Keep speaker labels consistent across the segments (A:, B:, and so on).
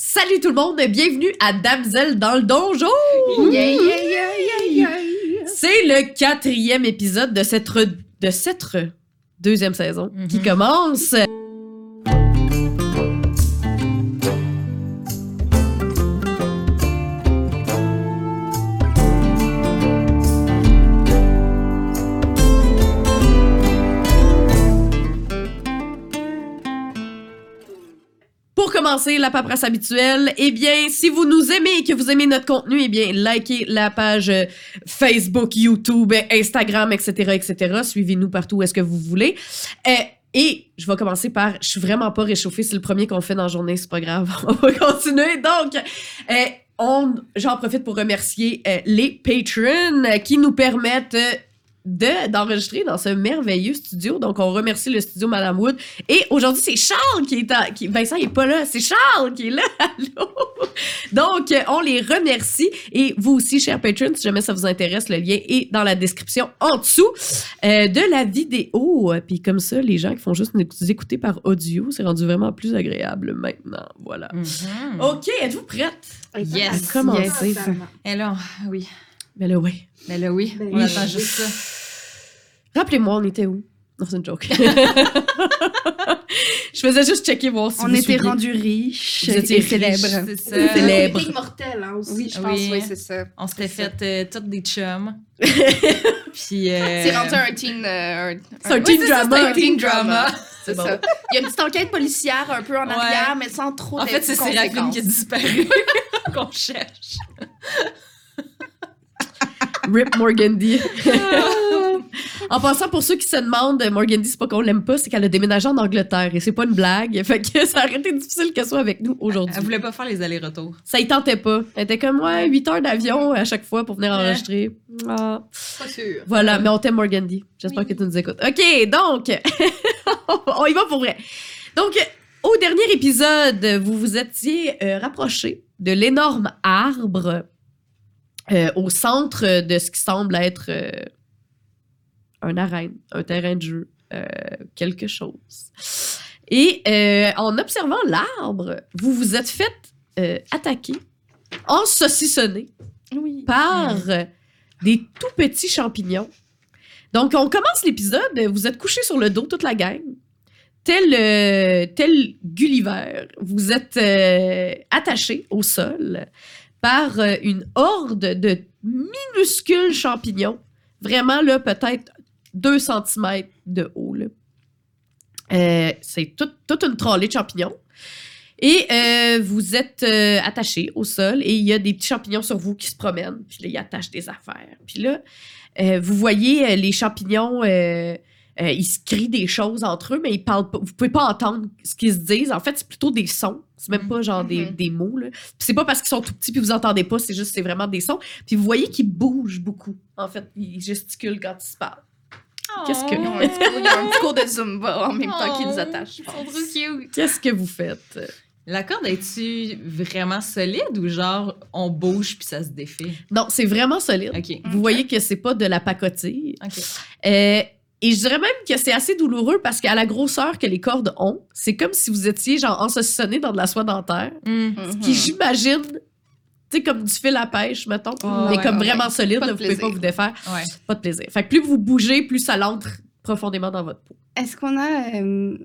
A: Salut tout le monde, bienvenue à Damsel dans le donjon!
B: Yeah, yeah, yeah, yeah, yeah.
A: C'est le quatrième épisode de cette, re- de cette re- deuxième saison qui commence. Pour commencer, la paperasse habituelle, eh bien, si vous nous aimez et que vous aimez notre contenu, eh bien, likez la page euh, Facebook, YouTube, euh, Instagram, etc., etc. Suivez-nous partout où est-ce que vous voulez. Euh, et je vais commencer par, je suis vraiment pas réchauffée, c'est le premier qu'on fait dans la journée, c'est pas grave, on va continuer. Donc, euh, on, j'en profite pour remercier euh, les patrons euh, qui nous permettent euh, de, d'enregistrer dans ce merveilleux studio. Donc, on remercie le studio Madame Wood. Et aujourd'hui, c'est Charles qui est en, qui, Vincent, il est pas là. C'est Charles qui est là. Allô? Donc, euh, on les remercie. Et vous aussi, chers patrons, si jamais ça vous intéresse, le lien est dans la description en dessous euh, de la vidéo. Puis comme ça, les gens qui font juste nous écouter par audio, c'est rendu vraiment plus agréable maintenant. Voilà.
B: Mm. Mm-hmm.
A: OK, êtes-vous prête?
B: Yes,
A: À commencer,
B: yes.
C: ça.
B: Alors, oui.
A: Ben là, oui.
B: Ben là, oui.
C: Ben
B: on
C: oui.
B: attend juste ça.
A: Rappelez-moi, on était où? Non, c'est une joke. Je faisais juste checker voir si
D: on
A: vous
D: était
A: suiviez.
D: rendu riches
A: Vous étiez
D: et
A: riches.
D: célèbres.
B: C'est
C: C'est
B: ça.
A: Célèbre.
C: célèbre. mortel, hein, aussi,
B: Oui,
C: je pense,
B: oui.
C: oui, c'est ça.
B: On s'était fait euh, toutes des chums. Puis. euh,
C: C'est rendu un teen... euh, un-
A: C'est un teen
C: c'est ça,
A: drama.
C: C'est un teen drama.
A: C'est
C: C'est
A: bon.
C: ça. Il y a une petite enquête policière un peu en
B: Ouais.
C: arrière, mais sans trop
B: En
C: de
B: fait, c'est Séraphine
C: conséquences.
B: qui a disparu. Qu'on cherche.
A: Rip Morgandy. en passant, pour ceux qui se demandent, Morgandy, c'est pas qu'on l'aime pas, c'est qu'elle a déménagé en Angleterre et c'est pas une blague. Fait que ça aurait été difficile qu'elle soit avec nous aujourd'hui.
B: Elle voulait pas faire les allers-retours.
A: Ça y tentait pas. Elle était comme, ouais, 8 heures d'avion à chaque fois pour venir
B: Ouais.
A: enregistrer. Ah.
C: Pas sûr.
A: Voilà, mais on t'aime Morgandy. J'espère
C: Oui.
A: que tu nous écoutes. OK, donc, on y va pour vrai. Donc, au dernier épisode, vous vous étiez euh, rapproché de l'énorme arbre euh, au centre de ce qui semble être euh, un arène, un terrain de jeu, euh, quelque chose. Et euh, en observant l'arbre, vous vous êtes fait euh, attaquer, saucissonner
C: Oui.
A: par euh, des tout petits champignons. Donc, on commence l'épisode. euh, Vous êtes couché sur le dos, toute la gang. Tel, euh, tel Gulliver, vous êtes euh, attaché au sol par euh, une horde de minuscules champignons. Vraiment, là, peut-être 2 cm de haut. là. Euh, C'est tout- toute une trolley de champignons. Et euh, vous êtes euh, attaché au sol et il y a des petits champignons sur vous qui se promènent. Puis là, ils attachent des affaires. Puis là, euh, vous voyez euh, les champignons, euh, euh, ils se crient des choses entre eux, mais ils parlent pas. Vous pouvez pas entendre ce qu'ils se disent. En fait, c'est plutôt des sons. C'est même pas genre des,
C: Mhm.
A: des mots. Là. Puis c'est pas parce qu'ils sont tout petits puis vous entendez pas, c'est juste c'est vraiment des sons. Puis vous voyez qu'ils bougent beaucoup. En fait, ils gesticulent quand ils se parlent. Qu'est-ce que-
B: Oh,
C: Ils ont un petit cours- ils ont un petit cours de Zumba en même temps
D: Oh,
C: qu'ils les attachent. je pense.
B: cute.
A: Qu'est-ce que vous faites?
B: La corde, est-tu vraiment solide ou genre on bouge puis ça se défait?
A: Non, c'est vraiment solide.
B: OK.
A: Vous voyez que c'est pas de la pacotille.
B: OK.
A: Euh, et je dirais même que c'est assez douloureux parce qu'à la grosseur que les cordes ont, c'est comme si vous étiez genre ensaucissonné dans de la soie dentaire,
C: Mhm.
A: qui j'imagine, tu sais, comme du fil à pêche, mettons,
B: Ah
A: mais
B: ouais,
A: comme
C: ah ouais.
A: vraiment solide,
C: Pas de
A: là, vous pouvez pas
C: plaisir.
A: vous défaire.
B: Ouais.
A: Pas de plaisir. Fait que plus vous bougez, plus ça l'entre profondément dans votre peau.
D: Est-ce qu'on a euh,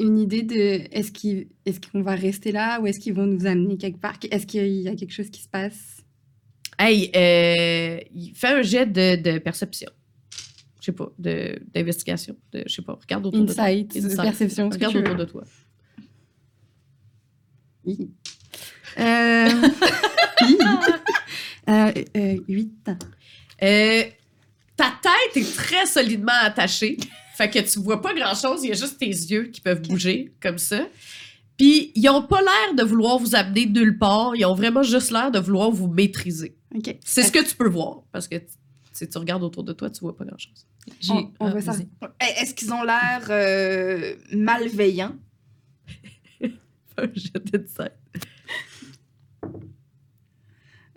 D: une idée de est-ce qu'ils- est-ce qu'on va rester là ou est-ce qu'ils vont nous amener quelque part Est-ce qu'il y a quelque chose qui se passe
A: Hey, euh, il fait un jet de, de perception. Je sais pas, de- d'investigation. de- Je sais pas, regarde autour de toi.
D: Insight,
A: Insight.
D: perception, ce que
A: Regarde
D: tu
A: autour de
D: veux.
A: toi.
D: Hi. Euh, hi. Euh, euh, huit.
A: Euh, ta tête est très solidement attachée. Fait que tu vois pas grand-chose, il y a juste tes yeux qui peuvent bouger comme ça. Puis ils ont pas l'air de vouloir vous amener nulle part, ils ont vraiment juste l'air de vouloir vous maîtriser.
D: Ok.
A: C'est ce que tu peux voir parce que tu, sais, tu regardes autour de toi, tu vois pas grand-chose.
B: J'ai- Ah,
D: On- on va
B: vas-y.
D: s'arrêter.
C: Eh, Est-ce qu'ils ont l'air euh, malveillants?
A: Je te dis ça.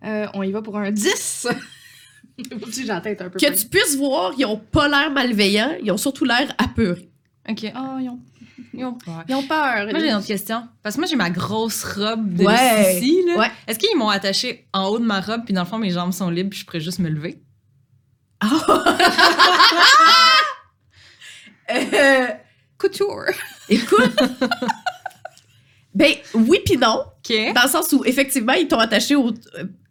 C: Euh, on y va pour un 10. Faut-tu que j'en tête un peu?
A: Que tu puisses voir, ils ont pas l'air malveillants, ils ont surtout l'air apeurés.
B: OK.
C: Oh, ils ont Ils ont,
B: Ouais.
C: ils ont peur.
B: Moi, j'ai une autre question. Parce que moi, j'ai ma grosse robe de
A: Ouais.
B: ici. là.
A: Ouais.
B: Est-ce qu'ils m'ont attaché en haut de ma robe, puis dans le fond, mes jambes sont libres, puis je pourrais juste me lever?
A: Euh,
D: Couture.
A: écoute. ben oui puis non,
B: OK.
A: dans le sens où effectivement ils t'ont attaché au euh,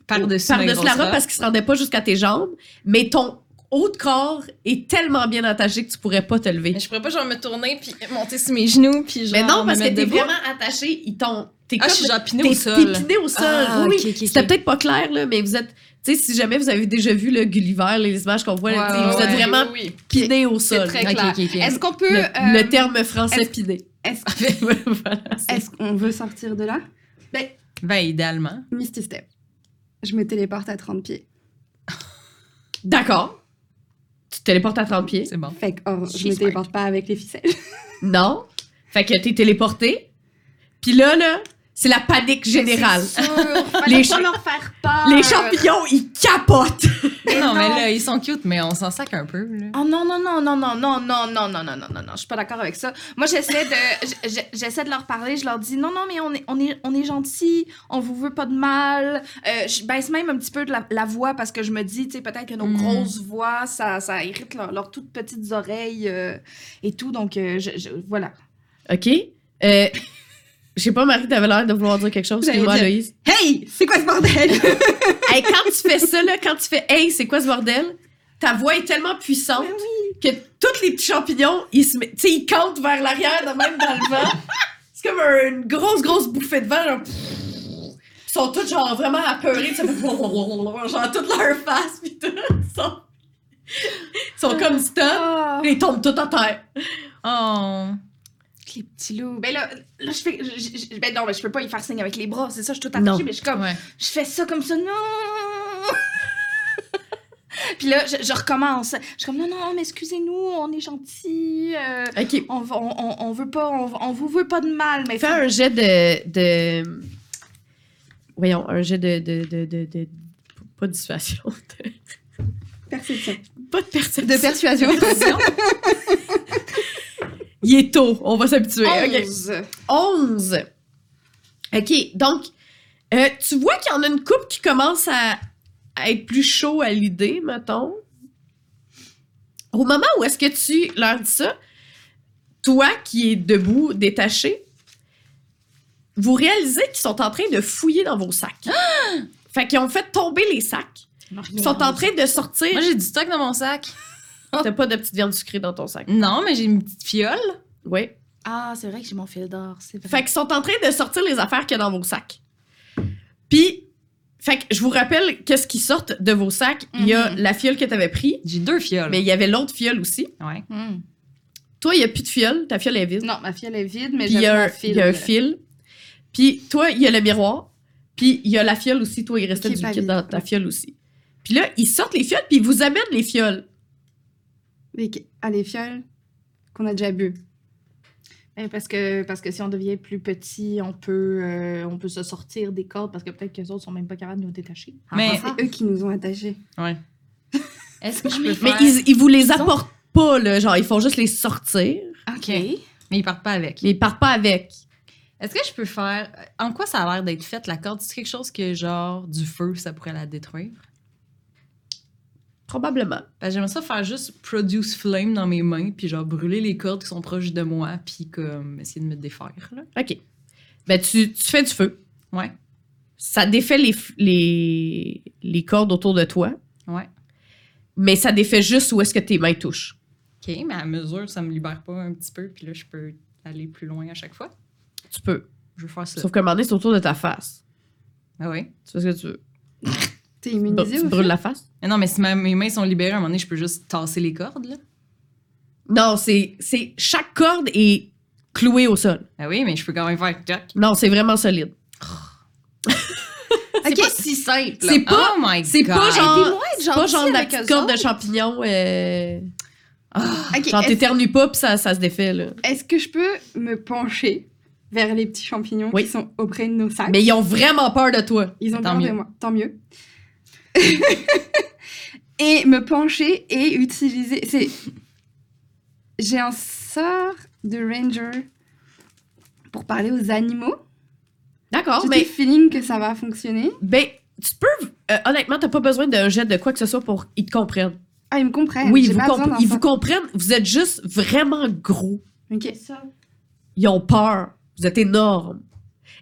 B: Par-dessus ma
A: par-dessus
B: grosse
A: la robe
B: robe.
A: parce qu'ils se rendaient pas jusqu'à tes jambes, mais ton haut de corps est tellement bien attaché que tu pourrais pas te lever.
B: Mais je pourrais pas genre me tourner puis monter sur mes genoux puis genre
A: Mais non,
B: me
A: parce que
B: mettre
A: t'es
B: debout.
A: vraiment attaché, ils t'ont t'es
B: Ah, je
A: comme-
B: suis genre pinée
A: t'es
B: au sol.
A: piné au sol.
D: Ah,
A: oui,
D: ok,
A: oui.
D: ok,
A: C'était
D: ok.
A: peut-être pas clair là, mais vous êtes tu sais, si jamais vous avez déjà vu le Gulliver, les images qu'on voit, là,
D: Ouais,
A: tu sais, vous
D: ouais,
A: êtes vraiment
C: Oui,
A: piné au
C: c'est
A: sol.
C: très
B: Ok,
C: clair.
B: ok, ok.
C: Est-ce qu'on peut.
A: Le,
C: euh,
A: le terme français
D: est-ce-
A: piné.
D: Est-ce
A: Voilà.
D: est-ce qu'on veut sortir de là?
B: Ben, idéalement.
D: Misty Step. Je me téléporte à 30 pieds.
A: D'accord. Tu te téléportes à 30 pieds.
B: C'est bon.
D: Fait que oh, je
B: She's
D: me téléporte pas avec les ficelles.
A: Non. Fait que t'es téléporté. Puis là, là, c'est la panique générale.
C: C'est sûr,
A: Les
C: fallait
A: cha-
C: pas leur faire peur.
A: Les champignons, ils capotent.
C: non.
B: non, mais là, ils sont cute, mais on s'en sac un peu. Là.
C: Oh non, non, non, non, non, non, non, non, non, non, non, non, non, je suis pas d'accord avec ça. Moi, j'essaie de, j- j- j'essaie de leur parler, je leur dis non, non, mais on est, on est, on est gentil, on vous veut pas de mal. Euh, je baisse même un petit peu de la, la voix parce que je me dis, tu sais, peut-être que nos
B: Mm.
C: grosses voix, ça, ça irrite leur- leurs toutes petites oreilles euh, et tout, donc euh, je, je- voilà.
A: OK. Euh, je sais pas, Marie, t'avais l'air de vouloir dire quelque chose.
D: J'allais
A: Excuse-moi,
D: dire-
A: Loïse.
D: Hey, c'est quoi ce bordel?
A: Hey, quand tu fais ça, là, quand tu fais Hey, c'est quoi ce bordel? Ta voix est tellement puissante
D: Ben
A: que tous les petits champignons, ils se mettent, tu sais, ils cantent vers l'arrière, de même dans le vent. C'est comme une grosse, grosse bouffée de vent, genre. Ils sont tous, genre, vraiment apeurés, tu sais, genre, toute leur face, pis tout. Ils sont, ils sont comme stop,
C: Ah,
A: ils tombent tout à terre.
B: Oh.
C: les petits loups. Ben là, là, je fais, je- je- je- ben non, mais je peux pas y faire signe avec les bras, c'est ça, je suis tout
A: Non.
C: attachée, mais je suis comme.
B: Ouais.
C: je fais ça comme ça, non! Puis là, je, je recommence. Je suis comme, non, non, mais excusez-nous, on est gentils, euh,
A: Ok.
C: on, va- on, on, on veut pas, on, on vous veut pas de mal, mais
A: Fais un jet de, de- Voyons, un jet de. de, de, de, de- Pas de dissuasion. de-
D: Perception.
A: Pas de perception.
D: De persuasion.
A: Il est tôt, on va s'habituer.
D: Oh,
A: ok.
C: 11.
A: 11. OK, donc, euh, tu vois qu'il y en a une coupe qui commence à, à être plus chaud à l'idée, mettons. Au moment où est-ce que tu leur dis ça, toi qui es debout, détaché, vous réalisez qu'ils sont en train de fouiller dans vos sacs.
B: Ah!
A: fait qu'ils ont fait tomber les sacs. Ils sont en train de sortir.
B: Moi, j'ai du stock dans mon sac.
A: T'as pas de petite viande sucrée dans ton sac.
B: Non, mais j'ai une petite fiole.
A: Oui.
C: Ah, c'est vrai que j'ai mon fil d'or, c'est vrai.
A: Fait qu'ils sont en train de sortir les affaires qu'il y a dans vos sacs. Puis, fait que je vous rappelle qu'est-ce qui sort de vos sacs. Il y a
C: Mhm.
A: la fiole que t'avais pris,
B: J'ai deux fioles.
A: mais il y avait l'autre fiole aussi.
B: Ouais.
C: Hmm.
A: Toi, il y a plus de fiole, ta fiole est vide.
C: Non, ma fille, elle est vide, mais
A: Puis il
C: j'ai
A: y, a
C: un
A: un-
C: fil.
A: il y a un fil. Puis toi, il y a le miroir. Puis il y a la fiole aussi. Toi, il restait
D: Qui est
A: du
D: pas
A: liquide
D: vide.
A: dans ta fiole aussi. Puis là, ils sortent les fioles, puis ils vous amènent les fioles.
D: Mais que- ah, les fioles qu'on a déjà bu.
C: Ben, parce, que, parce que si on devient plus petit, on peut, euh, on peut se sortir des cordes, parce que peut-être que les autres sont même pas capables de nous détacher.
B: Mais-
C: Ah, ah,
D: C'est eux qui nous ont attachés.
B: Est-ce que je peux
A: Mais
B: faire...
A: ils, ils vous les
C: Ils ont-
A: apportent pas, là. Genre, ils font juste les sortir,
C: ah,
B: Ok. Mais ils partent pas avec.
A: mais ils partent pas avec.
B: Est-ce que je peux faire... En quoi ça a l'air d'être fait, la corde? C'est quelque chose que, genre, du feu, ça pourrait la détruire?
A: Probablement.
B: Parce que j'aimerais ça faire juste produce flame dans mes mains, puis genre brûler les cordes qui sont proches de moi, puis comme essayer de me défaire, là.
A: OK. Ben, tu, tu fais du feu.
B: Ouais.
A: Ça défait les, f- les, les cordes autour de toi.
B: Ouais.
A: Mais ça défait juste où est-ce que tes mains touchent.
B: OK, mais à mesure, ça me libère pas un petit peu, puis là, je peux aller plus loin à chaque fois.
A: Tu peux.
B: Je veux faire ça.
A: Sauf qu'à un moment donné, c'est autour de ta face.
B: Ah ouais.
A: Tu fais ce que tu veux.
D: T'es
A: Tu br-
D: immunisé
A: tu
D: au
A: brûles
D: feu?
A: la face?
B: Mais non, mais si ma- mes mains sont libérées, à un moment donné, je peux juste tasser les cordes, là.
A: Non, c'est, c'est... Chaque corde est clouée au sol.
B: Ah oui, mais je peux quand même faire tac.
A: Non, c'est vraiment solide.
C: C'est pas si simple.
A: C'est pas...
B: oh my
A: C'est
B: god.
A: pas genre...
C: Aidez-moi à
A: Ah,
C: être
A: C'est pas
C: gentil
A: genre de la
C: avec
A: petite
C: eux
A: corde de
C: autres.
A: champignon. Euh...
D: Ok,
A: Genre,
D: est-ce-
A: t'éternues pas, puis ça, ça se défait, là.
D: Est-ce que je peux me pencher vers les petits champignons
A: Oui.
D: qui sont auprès de nos sacs
A: Mais ils ont vraiment peur de toi.
D: Ils ont
B: Tant
D: peur de
B: mieux.
D: moi, tant mieux. et me pencher et utiliser. C'est. J'ai un sort de ranger pour parler aux animaux.
A: D'accord,
C: Oh,
D: J'ai
A: mais
D: le feeling que ça va fonctionner.
A: ben, tu peux. euh, honnêtement, t'as pas besoin d'un jet de quoi que ce soit pour qu'ils te comprennent.
D: Ah, ils me comprennent.
A: oui,
D: j'ai
A: ils vous,
D: pas besoin
A: compre-
D: d'en
A: ils vous
D: savoir.
A: comprennent. Vous êtes juste vraiment gros.
D: Ok.
C: ça.
A: Ils ont peur. Vous êtes énorme.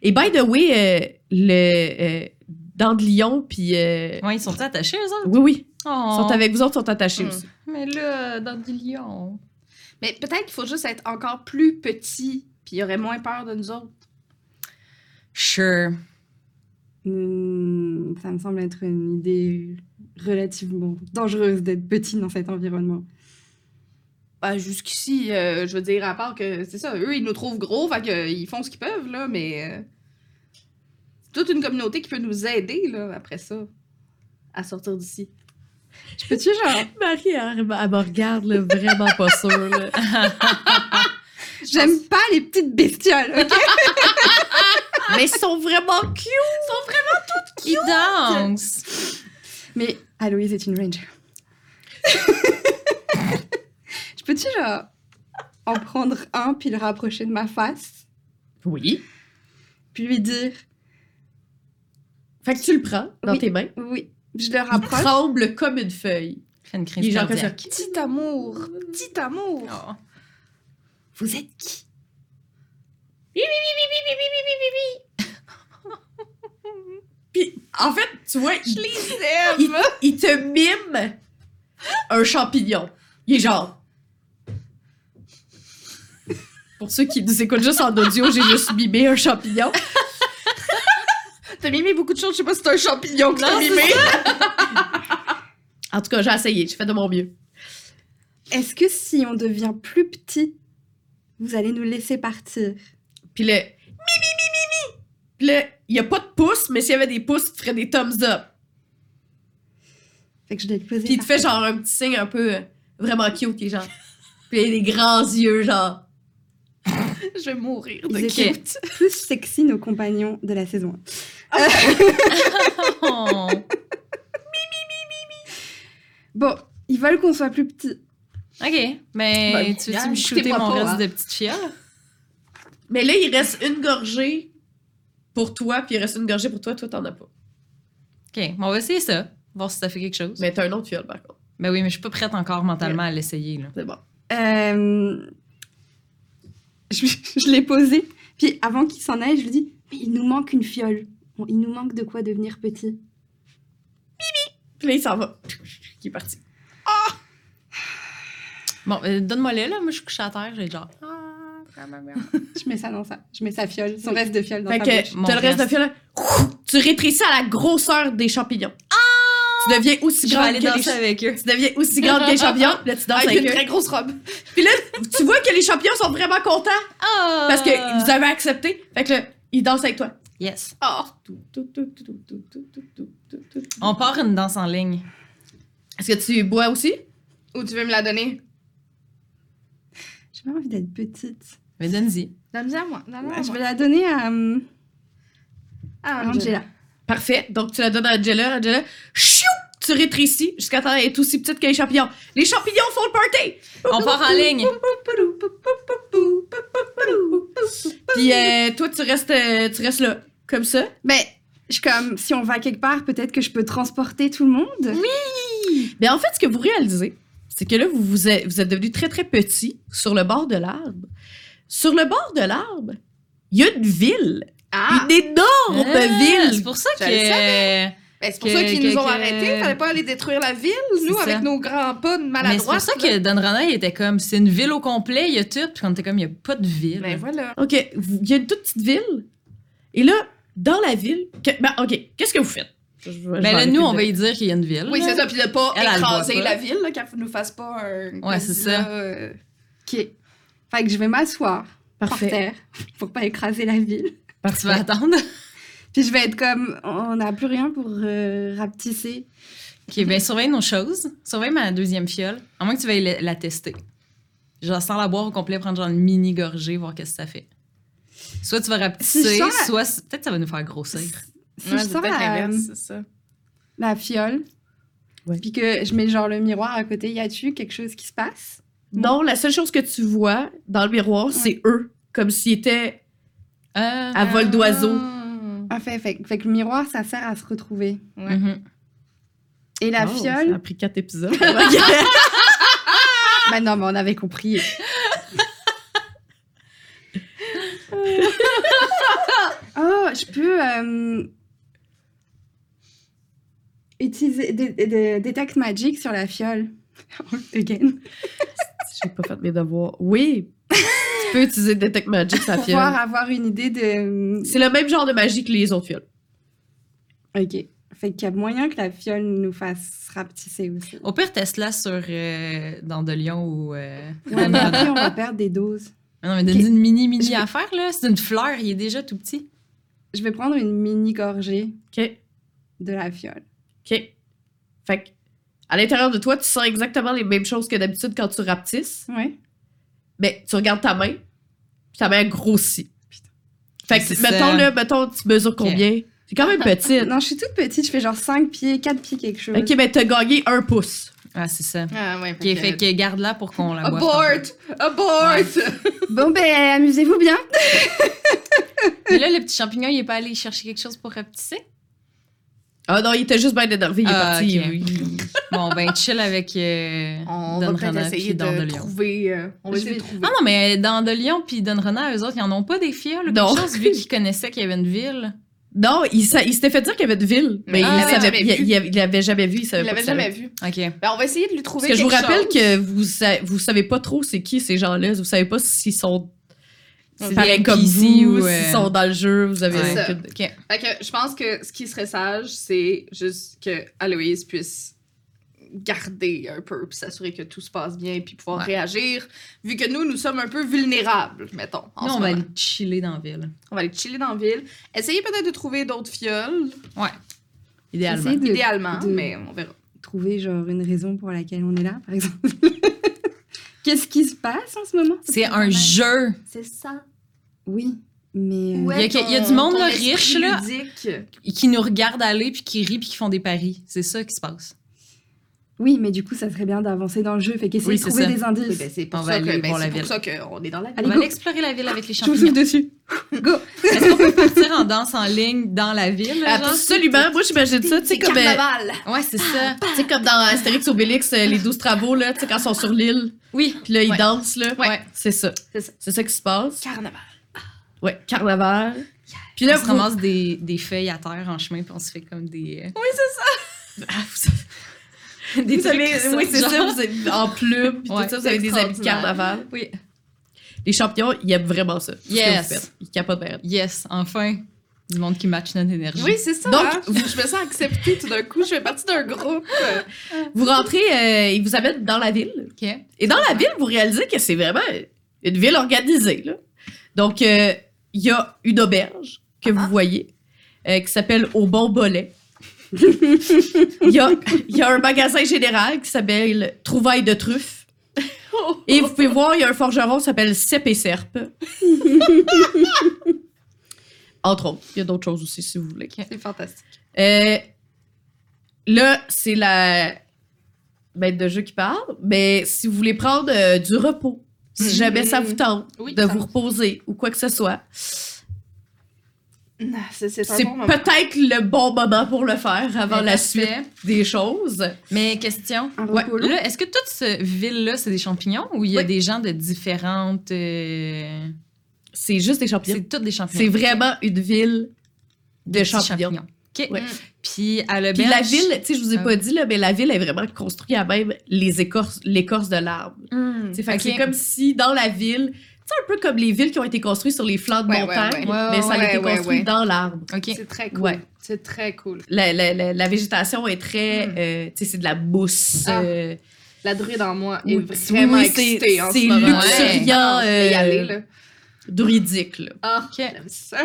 A: Et by the way, euh, le. euh, Dent de lion, puis. euh,
B: Ouais, ils sont attachés, eux autres?
A: Oui, oui.
B: Oh,
A: Ils sont avec vous autres, ils sont attachés
C: Mm.
A: aussi.
B: Mais là, dans du lion.
C: Mais peut-être qu'il faut juste être encore plus petit, puis il y aurait moins peur de nous autres.
B: Sure.
D: Hmm, ça me semble être une idée relativement dangereuse d'être petit dans cet environnement.
C: Bah, jusqu'ici, euh, je veux dire, à part que c'est ça, eux, ils nous trouvent gros, fait qu'ils font ce qu'ils peuvent, là, mais. euh, c'est toute une communauté qui peut nous aider, là, après ça, à sortir d'ici.
D: Je peux-tu, genre,
A: Marie, elle, elle me regarde là, vraiment pas sûre. là.
D: j'aime pas les petites bestioles, ok?
A: Mais ils sont vraiment cute.
B: Qui danse?
D: Mais Aloïse est une ranger. je peux-tu, genre, en prendre un puis le rapprocher de ma face,
A: Oui.
D: puis lui dire
A: Fait que tu le prends dans
D: Oui.
A: tes mains.
D: oui, je le
A: Il
D: rapproche.
A: tremble comme une feuille.
B: Fait une crise
A: Il est genre comme ça.
B: cardiaque.
C: Petit amour, petit amour.
B: Oh.
C: Vous êtes qui?
A: Puis, en fait, tu vois,
C: Je
A: il,
C: les
A: il,
C: aime!
A: il te mime un champignon. Il est genre. Pour ceux qui nous écoutent juste en audio, j'ai juste mimé un champignon.
C: T'as mimé beaucoup de choses, je sais pas si c'est un champignon que t'as mimé.
A: En tout cas, j'ai essayé, j'ai fait de mon mieux.
D: Est-ce que si on devient plus petit, vous allez nous laisser partir
A: Puis le. Mi, mi, mi, mi, mi. Puis là, il n'y a pas de pouce, mais s'il y avait des pouces, tu ferais des thumbs up.
D: Fait que je dois te poser.
A: Puis il te
D: par
A: fait genre un petit signe un peu euh, vraiment cute, qui est genre. Puis il a des grands yeux, genre.
C: Je vais mourir
D: Ils
C: de
D: étaient-
C: cute.
D: plus sexy nos compagnons de la saison un.
B: Oh.
D: Bon, ils veulent qu'on soit plus petit.
B: OK. Mais
C: Bah,
B: tu
C: bien,
B: veux-tu me shooter
C: écoutez-moi
B: mon
C: pas,
B: reste
C: hein.
B: de petite fiole?
A: Mais là, il reste une gorgée pour toi, puis il reste une gorgée pour toi, toi, t'en as pas.
B: OK. bon, on va essayer ça. Voir si ça fait quelque chose.
A: Mais t'as un autre fiole, par contre.
B: Ben oui, mais je suis pas prête encore mentalement à l'essayer, là.
A: C'est bon.
D: Euh, Je, je l'ai posé. Puis avant qu'il s'en aille, je lui dis Mais il nous manque une fiole. Bon, il nous manque de quoi devenir petit.
A: Puis là, il s'en va. Il est parti.
B: Bon, euh, donne-moi le là. Moi, je suis couchée à terre. J'ai genre...
D: Je mets ça dans ça. Je mets sa fiole, son reste de fiole dans
A: Fait
D: sa bouche.
A: que
B: mon
A: t'as le reste de
B: reste.
A: fiole, là. Tu rétrécis à la grosseur des champignons. Tu deviens aussi
B: Je vais
A: grande
B: aller
A: que
B: danser
A: les champignons.
B: avec eux.
A: Tu deviens aussi grande que les champignons. Puis Là, tu danses
C: Avec
A: avec
C: une
A: eux.
C: très grosse robe.
A: Puis là, tu vois que les champignons sont vraiment contents
B: Ah!
A: parce que vous avez accepté. Fait que là, ils dansent avec toi. Ah!
B: Yes.
C: Oh,
B: On part une danse en ligne.
A: Est-ce que tu bois aussi?
C: ou tu veux me la donner?
D: J'ai pas envie d'être petite. Ah,
B: Mais donne-y.
C: Donne-la à moi. Donne-la à
D: je
C: moi.
D: vais la donner à euh,
C: Ah,
D: Angela.
A: Parfait. Donc, tu la donnes à Angela. Angela, chou! Tu rétrécis jusqu'à temps d'être aussi petite que les champignons. Les champignons font le party!
B: On part en ligne. Ah!
A: Puis, euh, toi, tu restes, euh, tu restes là, comme ça.
C: Ben,
D: Mais je suis comme si on va quelque part, peut-être que je peux transporter tout le monde. Oui.
A: Mais Ben, en fait, ce que vous réalisez, c'est que là, vous, vous êtes, vous êtes devenu très, très petit sur le bord de l'arbre. Sur le bord de l'arbre, il y a une ville.
C: Ah,
A: Une énorme
B: Ah, C'est
A: ville.
B: pour ça
C: Je
B: que.
C: le ben, c'est pour
B: que-
C: ça qu'ils
B: que-
C: nous ont
B: que-
C: arrêtés. Fallait pas aller détruire la ville, nous,
B: C'est
C: avec
B: ça.
C: nos grands pas de
B: Mais c'est
C: maladroits.
B: pour ça que Donrana, il était comme, c'est une ville au complet, il y a tout. Puis on était comme, il n'y a pas de ville.
C: Ben voilà.
A: OK, vous- il y a une toute petite ville. Et là, dans la ville, que- ben, OK, qu'est-ce que vous faites? Je- je- je vais
B: ben là,
A: arrêter
B: nous,
A: de-
B: on va y dire qu'il y a une ville.
C: Oui,
B: là.
C: c'est ça. Puis de pas
B: Elle, elle le
C: écraser
B: voit pas.
C: la ville, là, qu'elle nous fasse pas un.
B: Ouais, c'est ça.
C: Godzilla, euh,
D: Ok. Fait que je vais m'asseoir par
A: Parfait.
D: terre pour pas écraser la ville.
B: Tu vas attendre.
D: Puis je vais être comme on n'a plus rien pour euh, rapetisser.
B: OK, ben surveille nos choses. Surveille ma deuxième fiole. À moins que tu veuilles la, la tester. Genre, sans la boire au complet, prendre genre une mini gorgée, voir qu'est-ce que ça fait. Soit tu vas rapetisser,
D: Si je sens la-
B: soit c- peut-être ça va nous faire grossir.
D: Si
C: ouais,
D: je
C: c'est
D: sors
C: peut-être
D: la,
C: l'inverse, c'est ça.
D: la fiole,
A: Ouais.
D: puis que je mets genre le miroir à côté, y a-tu quelque chose qui se passe
A: Non, la seule chose que tu vois dans le miroir, c'est eux. Comme s'ils étaient
B: Euh,
D: Ah,
C: Ah.
A: À vol d'oiseau.
D: En fait, fait, fait que le miroir, ça sert à se retrouver.
C: ouais.
B: mhm.
D: Et la
A: Oh, Ça a
D: fiole,
A: pris quatre épisodes.
D: bah non, mais on avait compris. oh, je peux euh, utiliser des, des- des- detect magic sur la fiole. Again.
A: J'ai pas fait mes devoirs. Oui. tu peux utiliser Detect Magic,
D: Pour
A: ça fiole.
D: pouvoir avoir une idée de. euh,
A: C'est le même genre de magie que les autres fioles.
D: Ok. Fait qu'il y a moyen que la fiole nous fasse rapetisser aussi.
B: Au pire, Tesla sur euh, dans de Lyon ou. euh, Ah
D: Ouais, mais après, on va perdre des doses.
B: Non, mais donne
D: Ok.
B: une mini mini
D: Je-
B: affaire là. C'est une fleur, il est déjà tout petit.
D: Je vais prendre une mini gorgée
A: OK.
D: de la fiole.
A: OK. Fait que, à l'intérieur de toi, tu sens exactement les mêmes choses que d'habitude quand tu rapetisses,
D: Ouais.
A: mais tu regardes ta main, puis ta main grossit. Fait que,
B: C'est
A: mettons,
B: ça.
A: là, mettons, tu mesures combien? C'est quand même petite.
D: Non, je suis toute petite, je fais genre 5 pieds, 4 pieds quelque chose.
A: OK, mais t'as gagné un pouce.
B: Ah, c'est ça.
C: Ah, ouais,
B: Ok, fait que garde-la pour qu'on la boive.
C: Abort! Abort!
D: Bon ben, amusez-vous bien.
B: Mais là, le petit champignon, il est pas allé chercher quelque chose pour rapetisser?
A: Ah non, il était juste bien énervé, il est
B: Ah,
A: parti.
B: ok.
A: oui.
B: Bon, ben, chill avec euh,
C: On va peut-être
B: Danrana puis
C: essayer
B: Don de
C: de
B: Lyon.
C: trouver. euh, On va
D: Je
C: essayer de
D: vais-
C: trouver.
B: Ah non, mais euh, dans De Lyon puis Donrona, eux autres, ils en ont pas des fioles ou
A: Non.
B: quelque chose, vu qu'ils connaissaient qu'il y avait une ville.
A: Non, il, sa- il s'était fait dire qu'il y avait de ville, mais
C: Mais
A: il
B: il l'avait
A: savait,
C: jamais
A: il,
C: vu.
A: il- il l'avait jamais vu, il savait
C: Il
A: pas que
C: l'avait
A: ça
C: jamais vu.
B: OK.
C: Ben, on va essayer de lui trouver
A: Parce que je vous
C: quelque
A: rappelle
C: chose.
A: que vous, sa- vous savez pas trop c'est qui ces gens-là. Vous savez pas s'ils sont
B: C'est
A: pareils
B: des
A: comme
B: NPC
A: vous,
B: ou, euh,
A: s'ils sont dans le jeu. Vous avez
C: C'est
A: aucune-
B: OK.
C: Fait que je pense que ce qui serait sage, c'est juste que Aloïse puisse garder un peu, puis s'assurer que tout se passe bien, puis pouvoir
B: Ouais.
C: réagir, vu que nous, nous sommes un peu vulnérables, mettons. en
B: Nous,
C: ce
B: on va
C: moment.
B: aller chiller dans la ville,
C: on va aller chiller dans la ville. Essayez peut-être de trouver d'autres fioles,
B: idéalement.
D: J'essaie de
C: idéalement,
D: de-
C: mais on verra.
D: trouver genre une raison pour laquelle on est là, par exemple. Qu'est-ce qui se passe en ce moment
B: C'est un jeu.
C: C'est ça.
D: Oui, mais euh,
B: Ouais, Il y a que- il y a du monde, là, riche, là. Qui nous regardent aller, puis qui rient, puis qui font des paris. C'est ça qui se passe.
D: oui, mais du coup, ça serait bien d'avancer dans le jeu, fait qu'essayer
B: Oui,
D: de
B: c'est
D: trouver
B: ça.
D: des indices.
C: c'est pour,
B: On va
C: ça
B: aller
C: que- ben,
B: voir la
C: c'est pour
B: ville.
C: ça qu'on est dans la ville.
D: Allez,
B: on va
D: go.
B: aller explorer la ville avec les
D: Je vous
B: champignons.
D: souffle dessus. Go.
B: Est-ce qu'on peut partir en danse en ligne dans la ville? genre?
A: Absolument. Moi, j'imagine ça. Tu sais,
C: C'est
A: comme, euh,
C: carnaval!
B: Ouais, c'est ça.
A: tu sais, comme dans Astérix Obélix, euh, les 12 travaux, là, tu sais, quand ils sont sur l'île,
B: Oui.
A: puis là, ils
C: Ouais.
A: dansent, là.
B: Ouais.
A: C'est ça.
C: C'est ça.
A: C'est ça qui se passe.
C: Carnaval.
A: Ouais, carnaval. Puis
B: Là,
A: là,
B: on se
A: vous-
B: ramasse des, des feuilles à terre en chemin, puis on se fait comme des. euh, Oui, c'est ça! des
A: vous
B: trucs
A: ah, avez,
B: qui sortent,
A: oui, c'est ça,
B: genre.
A: vous êtes en plume, puis
B: Ouais,
A: tout ça, vous avez des habits de
C: extraordinaire.
A: carnaval.
B: Oui.
A: Les champions, ils aiment vraiment ça. tout ce que
B: Yes.
A: vous faites. Ils capotent bien.
B: Yes, enfin! Du monde qui match notre énergie.
C: Oui, c'est ça.
A: Donc-
C: hein. je me sens acceptée tout d'un coup. Je fais partie d'un groupe.
A: Vous rentrez, euh, ils vous amènent dans la ville.
B: OK.
A: Et dans la ville, vous réalisez que c'est vraiment une ville organisée. là. Donc, euh, il y a une auberge que vous voyez euh, qui s'appelle Au Bon Bolet. Il y, a, il y a un magasin général qui s'appelle Trouvailles de truffes. Et vous pouvez voir, il y a un forgeron qui s'appelle Cep et Serpe. Entre autres. Il y a d'autres choses aussi, si vous voulez.
C: C'est fantastique.
A: Euh, là, c'est la maître de jeu qui parle, mais si vous voulez prendre euh, du repos, si
C: Mhm.
A: jamais ça vous tente
C: Oui,
A: de
C: ça
A: vous
C: me-
A: reposer ou quoi que ce soit,
C: Non, C'est c'est un
A: c'est
C: bon moment.
A: peut-être le bon moment pour le faire avant
B: Ben,
A: la
B: parfait.
A: suite des choses.
B: Mais question.
D: Un
A: Ouais,
D: repos long.
B: Là, est-ce que toute cette ville-là, c'est des champignons ou il y a
A: Oui.
B: des gens de différentes. euh,
A: C'est juste des champignons.
B: C'est toutes des champignons.
A: C'est vraiment une ville de
B: Des
A: champignons.
B: OK. Mm.
A: Ouais.
B: Puis à
A: Puis
B: l'auberge.
A: la ville, tu sais, je vous ai
B: Ah
A: pas dit, là, mais la ville est vraiment construite à même les écorces, l'écorce de l'arbre.
C: Hmm.
A: Tu sais, fait que
B: Ok.
A: C'est comme si dans la ville, tu sais, un peu comme les villes qui ont été construites sur les flancs de
C: Ouais, ouais,
A: montagne,
C: ouais.
B: Ouais,
A: mais ça a
C: ouais,
A: été
C: ouais,
A: construit
C: ouais.
A: dans l'arbre.
B: OK.
C: C'est très cool.
A: Ouais.
C: C'est très cool.
A: La, la- la- la végétation est très.
C: Mm.
A: euh, tu sais, c'est de la mousse.
C: Ah,
A: euh,
C: La druide en moi est
A: Oui,
C: vraiment
A: oui, c'est-
C: excitée en
A: c'est
C: ce moment.
A: luxuriant,
C: Ouais. Je vais y
A: euh,
C: aller, là.
A: druidique, là.
C: Ah,
B: OK.
C: j'aime ça.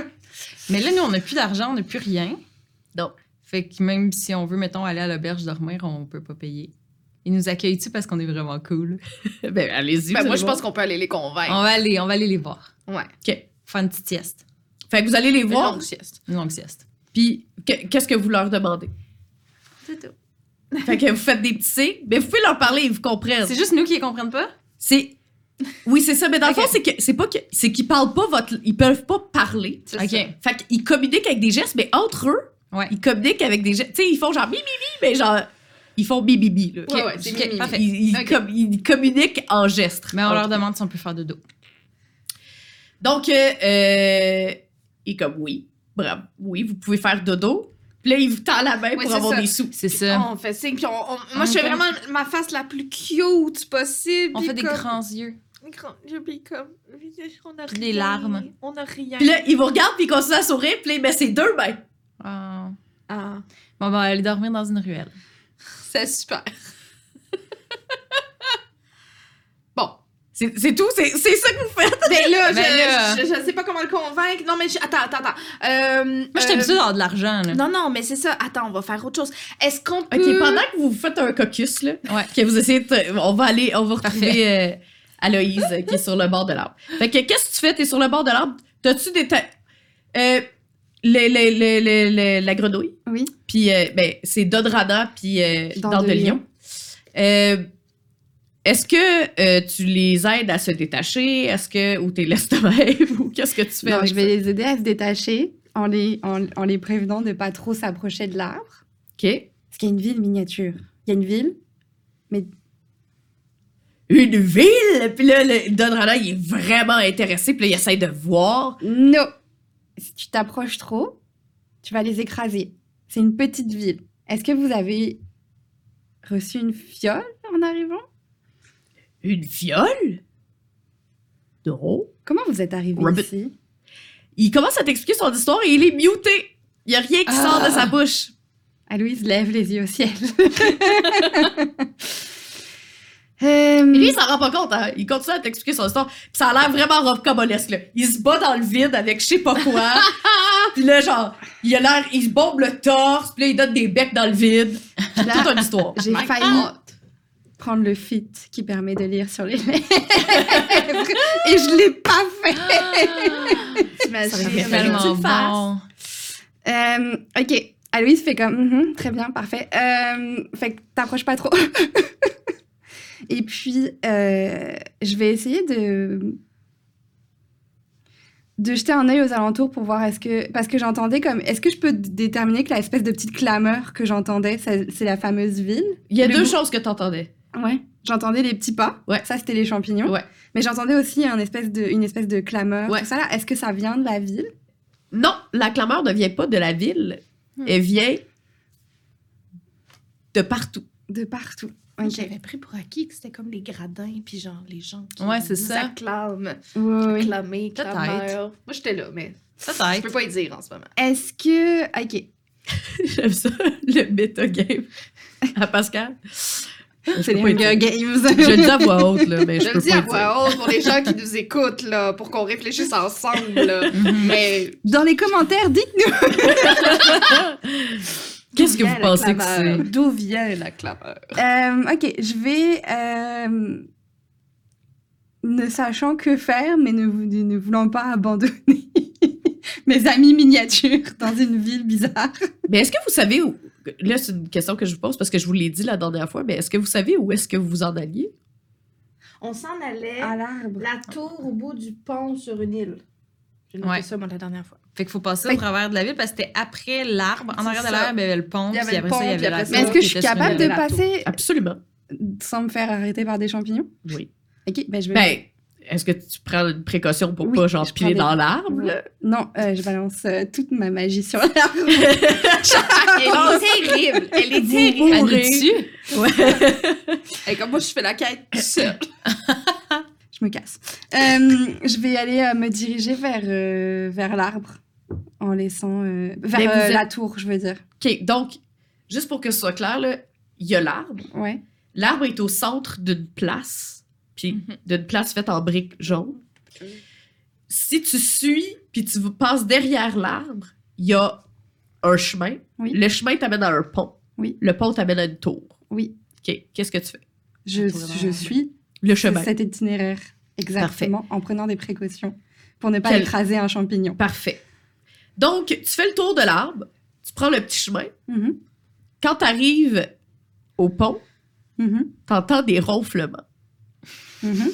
B: Mais là, nous, on n'a plus d'argent, on n'a plus rien.
A: Non.
B: Fait que même si on veut, mettons, aller à l'auberge dormir, on peut pas payer. Ils nous accueillent-tu parce qu'on est vraiment cool?
A: ben, allez-y.
C: Ben,
A: vous
C: moi,
A: allez
C: je
A: voir.
C: pense qu'on peut aller les convaincre.
B: On va aller, on va aller les voir.
C: Ouais.
B: Faire une petite sieste.
A: Fait que vous allez les
C: Une
A: voir,
C: longue sieste.
B: Une longue sieste.
A: puis que- qu'est-ce que vous leur demandez?
C: C'est tout.
A: Fait que vous faites des petits signes, mais vous pouvez leur parler, ils vous comprennent.
B: C'est juste nous qui les comprennent pas?
A: C'est Oui, c'est ça. Mais dans
C: Ok.
A: le fond, c'est que c'est pas que c'est qu'ils parlent pas votre, ils peuvent pas parler.
C: C'est
B: Ok.
C: ça.
A: Fait qu'ils communiquent avec des gestes, mais entre eux,
B: Ouais.
A: ils communiquent avec des gestes. Tu sais, ils font genre mi mi mi, mais genre ils font bi bi bi. là.
C: Ouais, ouais, c'est
B: Ok,
C: mimi.
B: parfait.
A: Ils, ils
C: Ok.
A: com- ils communiquent en gestes.
B: Mais on leur
A: Entre-
B: demande si on peut faire de dos.
A: Donc, euh, euh, il est comme oui, bravo, oui, vous pouvez faire dodo. Puis là, il vous tend la main
C: Oui,
A: pour
C: c'est
A: avoir
C: ça.
A: des sous.
B: C'est
C: Puis
B: ça.
C: On fait signe, puis on- on- moi, je fais
B: Ah, Ok.
C: vraiment ma face la plus cute possible.
B: On
C: puis
B: fait des
C: comme-
B: grands yeux.
C: des grands yeux, puis comme, on a
B: Puis
C: rien.
B: des larmes.
C: On a rien.
A: Puis là, il vous regarde, puis il continue à sourire, puis là, il met ses deux mains.
B: Ah.
C: Ah.
B: Bon, ben, aller dormir dans une ruelle.
C: C'est super. bon.
A: C'est c'est tout, c'est c'est ça que vous faites.
C: Ben là, je,
B: Ben là.
C: Je, je sais pas comment le convaincre. Non, mais je- attends, attends, attends. Euh,
B: Moi,
C: euh,
B: j'étais habituée d'avoir de l'argent, là.
C: Non, non, mais c'est ça. Attends, on va faire autre chose. Est-ce qu'on peut.
A: OK, pendant que vous faites un caucus, là,
B: Ouais.
A: que vous essayez de- On va aller, on va retrouver euh, Aloïse euh, qui est sur le bord de l'arbre. Fait que qu'est-ce que tu fais? T'es sur le bord de l'arbre. T'as-tu des... ta- Euh, le- le- le- le- le- la grenouille,
D: Oui.
A: puis euh, ben, c'est Dodrada, puis euh,
D: Dent
A: Dent
D: de
A: de lion. Euh, Est-ce que euh, tu les aides à se détacher? Est-ce que... Ou t'es laisses de même? Ou qu'est-ce que tu fais
D: Non,
A: avec
D: je vais les aider à se détacher en les, en, en les prévenant de pas trop s'approcher de l'arbre.
A: ça? OK.
D: Parce qu'il y a une ville miniature. Il y a une ville.
A: Une ville? Puis là, le Dodrada, il est vraiment intéressé, puis là, il essaie de voir.
D: Non Si tu t'approches trop, tu vas les écraser. C'est une petite ville. Est-ce que vous avez reçu une fiole en arrivant
A: Une fiole? Non.
D: Comment vous êtes arrivé
A: Rabbit.
D: ici
A: Il commence à t'expliquer son histoire et il est muté. Il n'y a rien qui
B: Ah.
A: sort de sa bouche.
D: Aloïse lève les yeux au ciel. Euh,
A: Et lui, il s'en rend pas compte. hein. Il continue à t'expliquer son histoire. Puis ça a l'air vraiment rocambolesque. là. Il se bat dans le vide avec je sais pas quoi. puis là, genre, il a l'air, il se bombe le torse. Puis là, il donne des becs dans le vide. C'est toute une histoire.
D: J'ai
C: Oh My
D: failli
C: God.
D: prendre le fit qui permet de lire sur les lèvres. Et je l'ai pas fait.
C: Ah. T'imagines?
B: Ça fait
A: J'ai-
B: tellement
A: j'ai dû le faire.
B: bon.
D: Euh, ok. Aloïse fait comme Mhm, très bien, parfait. Euh, fait que t'approches pas trop. Et puis, euh, je vais essayer de de jeter un œil aux alentours pour voir est-ce que parce que j'entendais comme est-ce que je peux déterminer que la espèce de petite clameur que j'entendais ça- c'est la fameuse ville
A: Il y a
D: Le
A: deux
D: goût.
A: choses que t'entendais.
D: Ouais. J'entendais les petits pas.
A: Ouais.
D: Ça, c'était les champignons.
A: Ouais.
D: Mais j'entendais aussi un espèce de, une espèce de clameur.
A: Ouais.
D: Tout ça, là, est-ce que ça vient de la ville
A: Non, la clameur ne vient pas de la ville.
B: Hmm.
A: Elle vient de partout.
D: De partout. Ok.
C: J'avais pris pour acquis que c'était comme les gradins, puis genre les gens qui
B: Ouais, c'est
C: nous
B: ça.
C: acclament,
D: Oui, oui, oui.
C: clamés,
B: Peut-être.
C: clameurs. Moi, j'étais là, mais je peux
B: Peut-être.
C: pas y dire en ce moment.
D: Est-ce que. Ok.
A: J'aime ça, le metagame à Pascal.
D: C'est les
A: pas y
D: Hunger
A: Je le
D: Games.
A: dis à voix haute, là, mais je,
C: Je le
A: peux
C: dis
A: pas
C: à
A: le
C: voix haute oh, pour les gens qui nous écoutent, là, pour qu'on réfléchisse ensemble, là.
B: Mhm.
C: Mais
D: Dans les commentaires, dites-nous
A: Qu'est-ce que
C: D'où vient
A: vous
C: la
A: pensez que
C: clameur?
A: c'est?
C: D'où vient la clameur?
D: Euh, ok, je vais. euh, ne sachant que faire, mais ne, vou- ne voulant pas abandonner mes amis miniatures dans une ville bizarre.
A: Mais est-ce que vous savez où... Là, c'est une question que je vous pose parce que je vous l'ai dit la dernière fois, mais est-ce que vous savez où est-ce que vous vous en alliez?
C: On s'en allait
D: l'arbre.
C: la tour au bout du pont sur une île. J'ai noté
B: Ouais.
C: ça, moi, la dernière fois.
B: Fait qu'il faut passer
D: Fait-
B: au travers de la ville parce que c'était après l'arbre. En
C: C'est
B: arrière de
C: ça.
B: l'arbre, il y avait le pont.
C: Il y avait
B: puis
C: le
B: après
C: pont,
B: ça, il y
C: puis
B: avait la
C: après
D: Mais est-ce
B: tour
D: que
B: qui
D: je suis
B: était sur une
D: capable de
B: île.
D: passer euh,
A: Absolument.
D: sans me faire arrêter par des champignons
A: Oui.
D: Ok, ben je vais.
A: Ben, est-ce que tu prends une précaution pour
D: Oui,
A: pas,
D: je
A: genre,
D: prends
A: piler
D: des-
A: dans l'arbre?
D: Ouais. Non, euh, je balance euh, toute ma magie sur l'arbre.
C: Elle est terrible! Elle est terrible!
B: Elle
A: Bourré.
B: est dessus?
C: Et comme moi, je fais la quête toute seule.
D: Je me casse. Euh, je vais aller euh, me diriger vers, euh, vers l'arbre en laissant. euh, vers
A: Mais vous
D: euh,
A: êtes-
D: la tour, je veux dire.
A: OK, donc, juste pour que ce soit clair, là, il y a l'arbre.
D: Ouais.
A: L'arbre est au centre d'une place, puis
D: Mm-hmm.
B: Mhm.
A: d'une place faite en briques jaunes. Si tu suis, puis tu passes derrière l'arbre, il y a un chemin.
D: Oui.
A: Le chemin t'amène à un pont.
D: Oui.
A: Le pont t'amène à une tour.
D: Oui.
A: OK, qu'est-ce que tu fais?
D: Je,
B: tour est dans
D: je
B: l'arbre.
D: suis
A: Le chemin.
D: cet itinéraire. Exactement. En prenant des précautions pour ne pas
A: Quel-
D: écraser un champignon.
A: Parfait. Donc, tu fais le tour de l'arbre, tu prends le petit chemin.
D: Mhm,
A: Quand tu arrives au pont,
D: mhm, Ah
A: tu entends des ronflements.
D: mhm.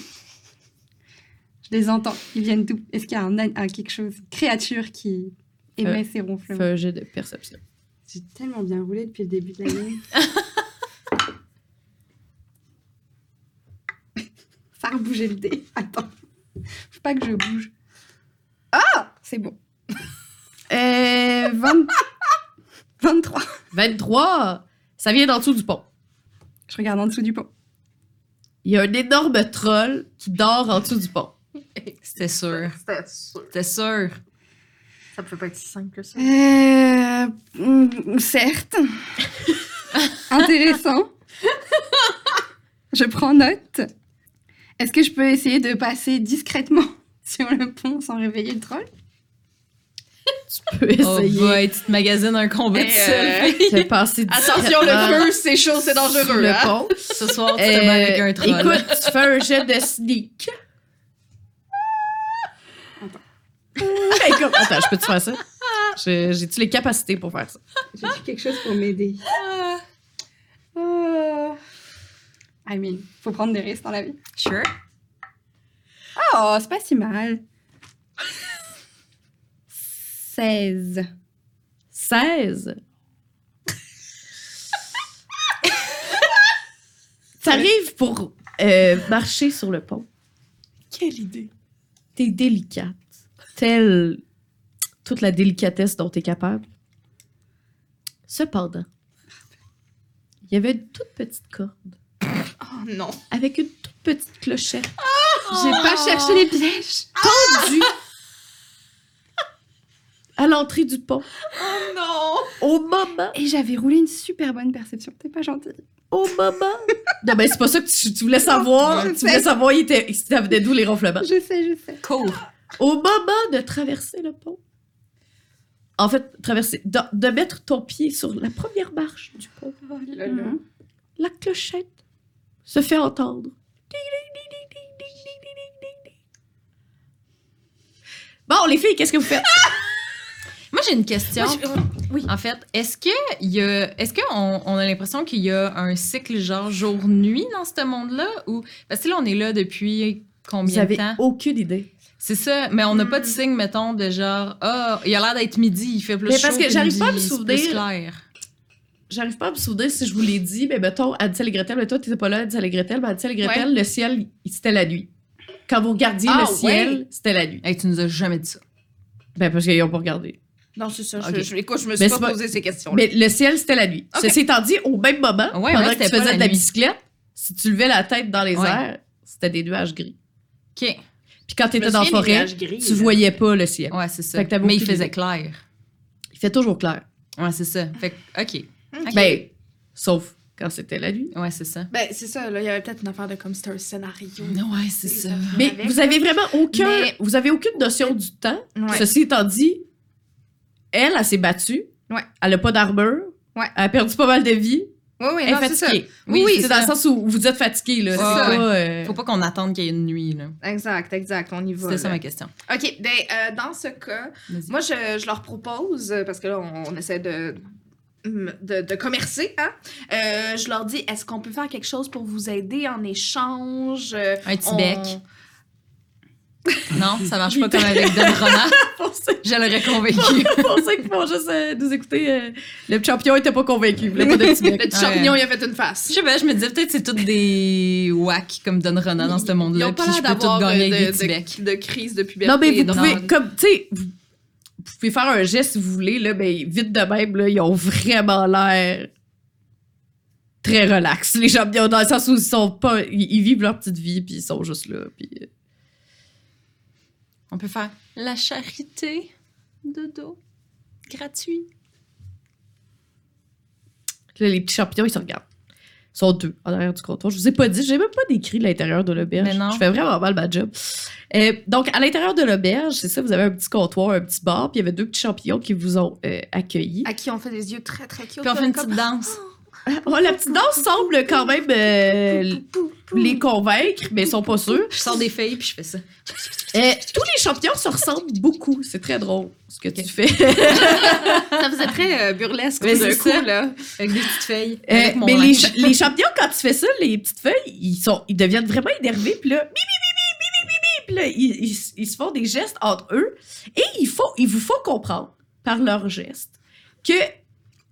D: Je les entends. Ils viennent d'où Est-ce qu'il y a un, an- un quelque chose, une créature qui émet ses
A: Fais
D: ronflements
A: un jet de perception.
D: J'ai tellement bien roulé depuis le début de l'année. Ça a rebougé le dé. Attends. Faut pas que je bouge. Ah C'est bon. Euh, 20 23.
A: 23! Ça vient d'en dessous du pont.
D: Je regarde en dessous du pont.
A: Il y a un énorme troll qui dort en dessous du pont.
B: C'était sûr.
C: C'était sûr.
B: C'était sûr.
C: Ça peut pas être si simple que ça.
D: Euh, mm, certes. Intéressant. je prends note. Est-ce que je peux essayer de passer discrètement sur le pont sans réveiller le troll
A: Tu peux
B: Oh
A: essayer
B: boy, tu te magasines un combat
C: Eh,
B: de seule fille.
A: de passer
C: Attention, le feu, c'est chaud, c'est dangereux.
A: Ah. Le
C: hein?
A: pont.
B: Ce soir, tu te
A: Euh,
B: mets avec un troll.
A: Écoute, tu fais un jet de sneak. Hey, comme- Attends, je peux te faire ça? Je- J'ai-tu les capacités pour faire ça?
D: J'ai quelque chose pour m'aider.
B: Ah,
D: Ah. I mean, faut prendre des risques dans la vie.
B: sure.
D: Oh, c'est pas si mal. 16.
A: 16. T'arrives pour euh, marcher sur le pont.
C: Quelle idée.
A: T'es délicate. Telle toute la délicatesse dont t'es capable. Cependant, il y avait une toute petite corde
C: Oh non.
A: avec une toute petite clochette
D: J'ai pas cherché les pièges.
A: tendue à l'entrée du pont.
C: Oh non.
A: Au moment,
D: Et j'avais roulé une super bonne perception. T'es pas gentille.
A: au moment. Non, mais c'est pas ça que tu, tu voulais savoir.
D: Je
A: Tu voulais
D: sais.
A: savoir, il était, ça venait d'où les ronflements.
D: Je sais, je sais.
B: Cool.
A: Au moment de traverser le pont, en fait, traverser, de, de mettre ton pied sur la première marche du pont,
C: Oh là là.
D: Mhm.
A: la clochette se fait entendre. Bon, les filles, qu'est-ce que vous faites?
B: Moi, j'ai une question.
A: Moi, je- oui.
B: En fait, est-ce que il y a, est-ce qu'on on a l'impression qu'il y a un cycle genre jour-nuit dans ce monde-là ou parce que là on est là depuis
A: Vous
B: combien de
A: avez
B: temps
A: aucune idée.
B: C'est ça, mais on n'a pas de
C: Hmm.
B: signe mettons de genre ah il a l'air d'être midi, il fait plus
A: Mais
B: chaud.
A: parce que
B: que
A: j'arrive
B: midi,
A: pas à me
B: c'est
A: souvenir.
B: plus clair.
A: J'arrive pas à me souvenir si je vous l'ai dit, mais mettons, Ansel et Gretel, mais toi, t'étais pas là, Ansel et Gretel, mais Ansel et Gretel, le ciel, il- c'était la nuit. Quand vous regardiez
C: Ah,
A: le ciel, c'était la nuit.
B: Hey, tu nous as jamais dit ça.
A: Ben, parce qu'ils ont pas regardé.
C: Non, c'est ça. je-
A: Ok.
C: Je, écoute, je me
A: Mais
C: suis
A: c'est
C: pas
A: pas-
C: posé ces questions-là.
A: Mais le ciel, c'était la nuit.
C: Ok.
A: Ceci étant dit, au même moment,
B: Ouais,
A: pendant
B: ouais,
A: que tu
B: c'était pas
A: faisais
B: la
A: de la
B: nuit.
A: bicyclette, si tu levais la tête dans les
B: Ouais.
A: airs, c'était des nuages gris.
B: Ok.
A: Puis quand tu
C: Je me
A: étais dans la
C: souviens des
A: forêt,
C: nuages gris,
A: tu
C: là.
A: voyais pas le ciel.
B: Ouais, c'est ça.
A: Fait que t'avais
B: mais il
A: aucune
B: faisait
A: idée.
B: clair.
A: Il fait toujours clair.
B: Ouais, c'est ça. Fait que, ok. Ok.
A: Ben, sauf quand c'était la nuit.
B: Ouais, c'est ça.
C: Ben, c'est ça, là, il y avait peut-être une affaire de comme c'était un scénario.
B: Ouais, c'est ça.
A: Mais vous avez vraiment aucun,
C: Mais-
A: vous avez aucune notion du temps.
C: Ouais.
A: Ceci étant dit, elle, elle s'est battue.
C: Ouais.
A: Elle a pas d'armure.
C: Ouais.
A: Elle a perdu pas mal de vie.
C: Oui, oui,
A: Elle
C: non,
A: est
C: c'est ça.
A: fatiguée.
B: Oui,
A: c'est
B: c'est
A: dans le
B: ça.
A: sens où vous êtes fatigué là.
B: Ouais,
A: C'est
B: ouais.
A: pas, euh,
B: Faut pas qu'on attende qu'il y ait une nuit là.
C: Exact, exact, on y va.
B: C'était ça
C: là.
B: ma question.
C: OK, ben, euh, dans ce cas,
B: Vas-y.
C: moi, je, je leur propose, euh, parce que là, on, on essaie de, de, de commercer, hein? Euh, je leur dis, est-ce qu'on peut faire quelque chose pour vous aider en échange? Euh,
B: Un petit
C: on-
B: bec. Non, ça marche pas comme avec Don Roman.
A: pour ça,
B: Je l'aurais convaincu.
A: Je pensais qu'ils vont juste euh, nous écouter. euh, le champion était pas convaincu. Il voulait pas de petit bec.
C: Le petit
B: Ouais.
C: champignon, il a fait une
B: Je
C: face.
B: sais pas, je me disais peut-être c'est toutes des wacks comme Don Ronan dans ce
C: Ils
B: monde-là,
C: ont
B: puis
C: pas
B: je
C: l'air
B: peux tout
C: d'avoir euh,
B: gagner
C: de,
B: avec des petits becs.
C: de, de crise de puberté.
A: Non, mais vous
C: donc-
A: pouvez, comme, tu sais, vous vous pouvez faire un geste si vous voulez, là, mais vite de même, là, ils ont vraiment l'air très relax. Les champions, dans le sens où ils sont pas. Ils, ils vivent leur petite vie, puis ils sont juste là. Puis, euh,
B: On peut faire la charité de dos. Gratuit.
A: là, les petits champignons, ils se regardent. Ils sont deux en arrière du comptoir. Je vous ai pas dit, j'ai même pas décrit l'intérieur de l'auberge.
B: Mais non.
A: Je fais vraiment mal ma job. Euh, donc, à l'intérieur de l'auberge, c'est ça, vous avez un petit comptoir, un petit bar, puis il y avait deux petits champignons qui vous ont euh, accueillis.
C: À qui on fait des yeux très, très cute.
B: Puis on fait une petite danse.
A: Oh, la petite danse semble quand même euh, les convaincre, mais ils sont pas sûrs.
B: Je sors des feuilles puis je fais ça.
A: Euh, tous les champions se ressemblent beaucoup. C'est très drôle ce que tu fais.
C: Ça faisait très euh, burlesque
B: Mais
C: tout d'un
B: c'est
C: coup,
B: ça.
C: là.
B: Avec des petites feuilles.
A: Euh,
B: avec mon
A: mais les,
B: linge.
A: cha- les champignons, quand tu fais ça, les petites feuilles, ils, sont, ils deviennent vraiment énervés. Puis là, mi, mi, mi, mi, mi, mi, mi, mi. puis là, ils, ils s- ils se font des gestes entre eux et il, faut, il vous faut comprendre par leurs gestes que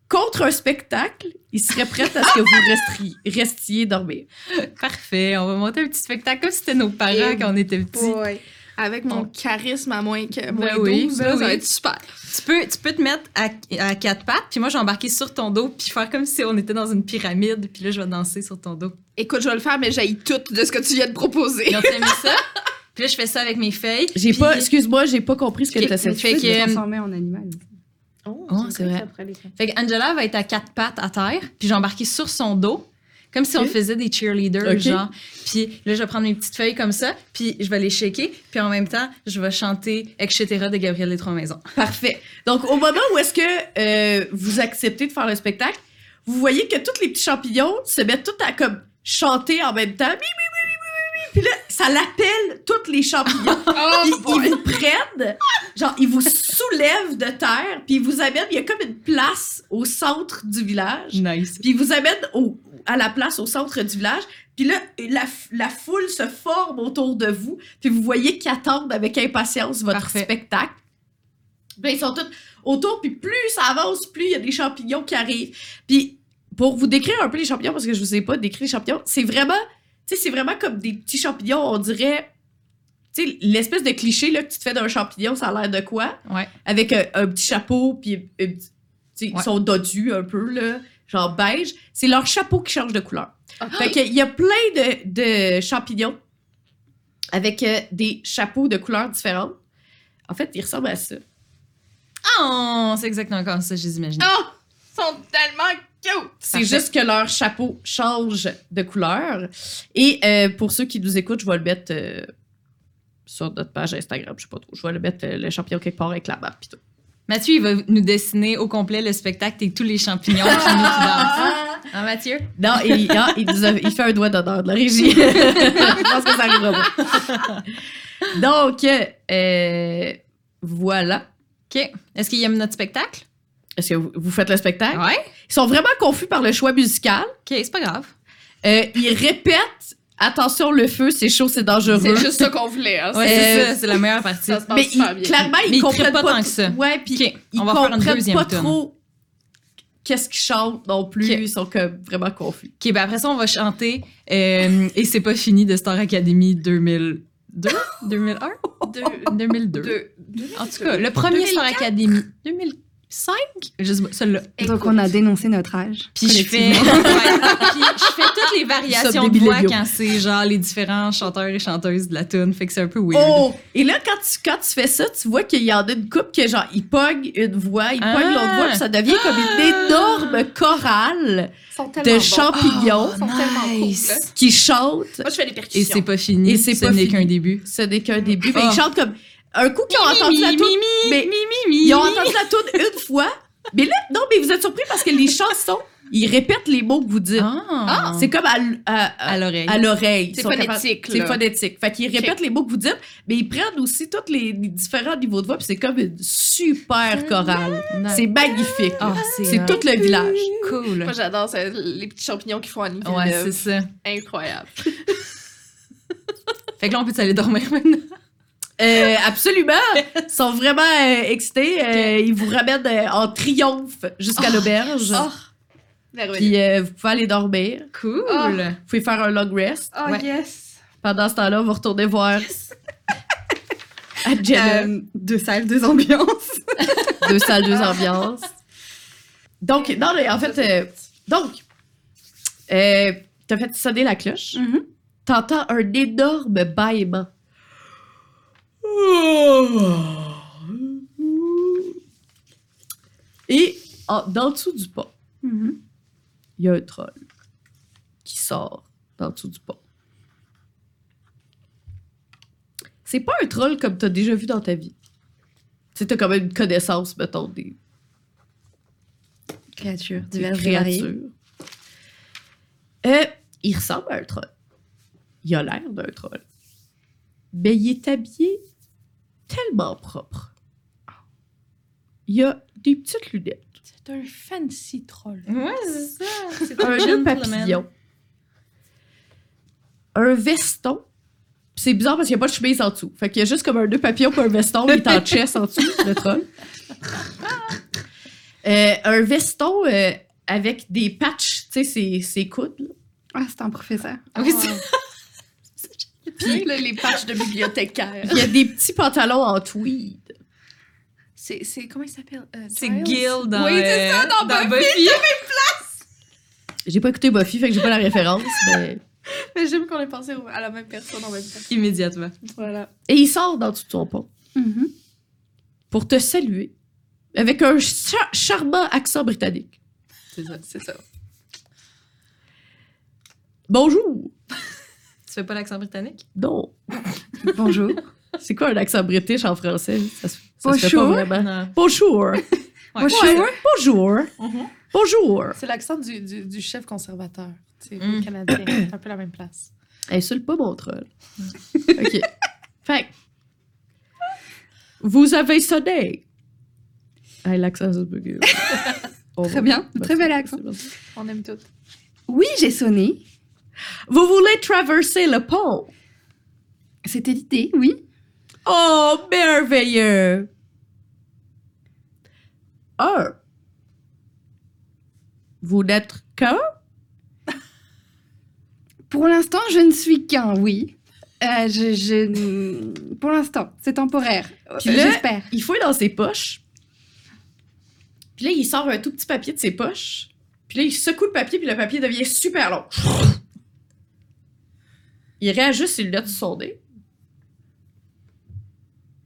A: contre un spectacle, ils seraient prêts à ce que vous restiez, restiez dormir.
B: Parfait, on va monter un petit spectacle comme si c'était nos parents
C: Et
B: quand on était petits.
C: Ouais. Avec mon
B: Oh.
C: charisme à moins que moins
B: Ben oui,
C: 12, là,
B: ben
C: ça va
B: oui.
C: être super.
B: Tu peux, tu peux te mettre à, à quatre pattes, puis moi, je vais embarquer sur ton dos, puis faire comme si on était dans une pyramide, puis là, je vais danser sur ton dos.
C: Écoute, je vais le faire, mais j'aille tout de ce que tu viens de proposer.
B: Ils ont aimé ça. Puis là, je fais ça avec mes feuilles.
A: J'ai
B: puis-
A: pas, excuse-moi, j'ai pas compris ce que
B: Fait-
A: tu essayé de
B: fait
A: faire.
D: Tu peux te
B: que-
D: transformer en animal.
B: Oh, c'est vrai. Fait que Angela va être à quatre pattes à terre, puis j'ai embarqué sur son dos, comme si on
A: Ok.
B: faisait des cheerleaders,
A: Ok.
B: genre. Puis là, je vais prendre mes petites feuilles comme ça, puis je vais les shaker, puis en même temps, je vais chanter etc. de Gabriel des Trois Maisons.
A: Parfait. Donc, au moment où est-ce que euh, vous acceptez de faire le spectacle, vous voyez que tous les petits champignons se mettent tout à comme chanter en même temps. Mi, mi, mi, mi, mi, mi, mi. Puis là, ça l'appelle tous les champignons. Puis
C: Oh,
A: ils vous prennent, genre, ils vous soulèvent de terre, puis ils vous amènent. Il y a comme une place au centre du village.
B: Nice.
A: Puis ils vous amènent au, à la place au centre du village. Puis là, la, f- la foule se forme autour de vous. Puis vous voyez qu'ils attendent avec impatience votre
B: Parfait.
A: spectacle. Puis là, ils sont tous autour. Puis plus ça avance, plus il y a des champignons qui arrivent. Puis pour vous décrire un peu les champignons, parce que je vous ai pas décrit les champignons, c'est vraiment, tu sais, c'est vraiment comme des petits champignons, on dirait... Tu sais, l'espèce de cliché là, que tu te fais d'un champignon, ça a l'air de quoi?
B: Ouais.
A: avec un, un petit chapeau, puis une petite- tu sais, ils
B: Ouais.
A: sont dodus un peu, là, genre beige. C'est leur chapeau qui change de couleur. Fait
C: boy.
A: qu'il y a plein de, de champignons avec euh, des chapeaux de couleurs différentes. En fait, ils ressemblent à ça.
B: Oh, c'est exactement comme ça, je les imaginais.
C: Oh, ils sont tellement cute.
A: C'est
B: Parfait.
A: juste que leur chapeau change de couleur. Et euh, pour ceux qui nous écoutent, je vais le mettre euh, sur notre page Instagram, je sais pas trop. Je vais le mettre euh, le champignon quelque part avec la map. pis tout.
B: Mathieu, il va nous dessiner au complet le spectacle et tous les champignons qui nous dansent.
C: Ah,
B: Hein, Mathieu?
A: Non, il, ah, il, nous a- il fait un doigt d'honneur de la régie. Je pense que ça arrivera pas. Donc, euh, voilà.
B: OK. Est-ce qu'il aime notre spectacle?
A: Est-ce que vous, vous faites le spectacle?
B: Ouais.
A: Ils sont vraiment confus par le choix musical.
B: OK, c'est pas grave.
A: Euh, ils répètent « Attention, le feu, c'est chaud, c'est dangereux
C: c'est juste ce qu'on voulait. hein.
B: Ouais,
C: C'est-
B: c'est
A: Euh,
B: ça, c'est la meilleure partie.
C: ça se ». passe
A: Mais
C: super
A: ils-
C: bien.
A: clairement, ils
B: Mais ils
A: comprennent
B: trippent
A: pas,
B: pas tant
A: t-
B: que ça.
A: Ouais, puis
B: OK,
A: ils
B: on va faire une
A: comprennent
B: deuxième
A: pas
B: toune.
A: trop qu'est-ce qu'ils chantent non plus.
B: OK.
A: Ils sont comme vraiment confus.
B: OK, ben après ça, on va chanter euh, Et c'est pas fini de Star Academy 2002? 2001?
C: Deux-
B: 2002.
C: deux- deux-
B: En tout cas, le premier Star Academy. 2005? Je sais pas, celui-là.
D: Donc on a dénoncé notre âge.
B: Puis je fais,
D: collectivement.
B: Ouais, puis je fais toutes les variations
A: Nous sommes
B: de
A: des
B: voix
A: milléniaux.
B: quand c'est genre les différents chanteurs et chanteuses de la tune, fait que c'est un peu weird.
A: Oh! Et là, quand tu, quand tu fais ça, tu vois qu'il y en a une couple qui, genre, ils pognent une voix, ils
B: Ah!
A: pognent l'autre voix, puis ça devient comme une énorme chorale
C: Ils sont Ah! tellement Oh,
A: de
C: bons.
A: champignons
C: Ils sont tellement cool,
B: nice.
C: là.
A: qui chantent.
C: Moi, je fais des
B: Et
C: percussions.
B: c'est pas fini,
A: Et c'est
B: ce
A: pas
B: n'est
A: fini.
B: qu'un début.
A: Ce n'est qu'un début.
B: Ah.
A: Mais ils chantent comme. Un coup qu'ils ont entendu la toune, mais-
B: mimi,
A: ils ont entendu la toune une fois. Mais là, non, mais vous êtes surpris parce que les chansons, ils répètent les mots que vous dites.
B: Ah,
A: C'est comme à, l- à- à-
B: à l'oreille.
A: à l'oreille. Ils
C: C'est
A: sont capables-
C: phonétique,
A: C'est
C: là.
A: phonétique. Fait qu'ils répètent les mots que vous dites, mais ils prennent aussi tous les, les différents niveaux de voix, puis c'est comme une super chorale. C'est magnifique. là.
B: Ah,
A: c'est tout le village.
B: cool.
C: Moi, j'adore ça, les petits champignons qui font un niveau
B: Ouais, c'est ça.
C: incroyable.
B: Fait que là, on peut aller dormir maintenant.
A: Euh, absolument. Ils sont vraiment euh, excités. Euh, ils vous ramènent euh, en triomphe jusqu'à l'auberge.
C: Oh, merveilleux.
A: Puis euh, vous pouvez aller dormir.
B: Cool.
A: Vous pouvez faire un long rest.
C: Oh,
B: Ouais.
C: yes.
A: Pendant ce temps-là, vous retournez voir Angela.
D: Euh, deux salles, deux ambiances.
A: deux salles, deux ambiances. Donc, non, mais en
C: Ça,
A: fait,
C: c'est-
A: euh, donc, euh, t'as fait sonner la cloche.
D: Mhm.
A: T'entends un énorme bâillement. Et en, dans le dessous du pont, Mm-hmm.
D: Mhm.
A: il y a un troll qui sort dans le dessous du pont. C'est pas un troll comme t'as déjà vu dans ta vie. Tu sais, t'as quand même une connaissance, mettons, des,
D: Créatures
A: des
D: diverses et variées.
A: créatures. Euh, il ressemble à un troll. Il a l'air d'un troll. Mais il est habillé tellement propre. Il a des petites lunettes.
C: C'est un fancy troll.
B: Ouais, c'est ça. C'est
A: un nœud
B: gentleman.
A: papillon, un veston Puis c'est bizarre parce qu'il n'y a pas de chemise en dessous. Fait qu'il y a juste comme un deux papillons pour un veston, il est en chess en dessous, le troll. Euh, un veston euh, avec des patchs, tu sais, ses, ses coudes. là.
D: Ah, c'est un professeur.
B: Oui, c'est-
C: Puis là, les patchs de bibliothécaire.
A: Il y a des petits pantalons en tweed.
C: C'est, c'est comment il s'appelle Euh,
B: c'est
C: Giles?
B: Gil dans,
C: Oui, c'est ça, dans,
B: dans
C: Buffy.
B: Buffy.
A: J'ai pas écouté Buffy, fait que j'ai pas la référence. mais-
C: Mais j'aime qu'on ait pensé au- à la même personne en même temps.
B: Immédiatement.
C: Voilà.
A: Et il sort dans tout son pont
D: Mm-hmm.
A: pour te saluer avec un cha- charmant accent britannique.
C: C'est ça, c'est ça.
A: Bonjour!
B: Tu fais pas l'accent britannique?
A: Non.
D: Bonjour.
A: C'est quoi un accent british en français? Ça se, ça se fait pas
D: Bonjour.
A: vraiment.
B: Non.
A: Bonjour!
B: Ouais.
D: Bonjour.
A: Ouais, Bonjour!
D: Mm-hmm.
A: Bonjour!
C: C'est l'accent du, du, du chef conservateur, tu sais,
B: Mm.
C: canadien. C'est un peu la même place.
A: Insulte pas mon troll. OK. Fait que, Vous avez sonné. Ah, l'accent, c'est bugueux. On
D: Très
A: va-
D: bien.
A: bah,
D: Très bel
A: c'est-
D: accent.
A: c'est bon.
C: On aime toutes.
D: Oui, j'ai sonné.
A: Vous voulez traverser le pont?
D: C'était l'idée, oui.
A: Oh, merveilleux! Un. Vous n'êtes qu'un?
D: Pour l'instant, je ne suis qu'un, oui. Euh, je, je- Pour l'instant, c'est temporaire.
A: Puis
D: Euh,
A: là-
D: J'espère.
A: Il fouille dans ses poches. Puis là, il sort un tout petit papier de ses poches. Puis là, il secoue le papier, puis le papier devient super long. Il réajuste ses lunettes sur son nez.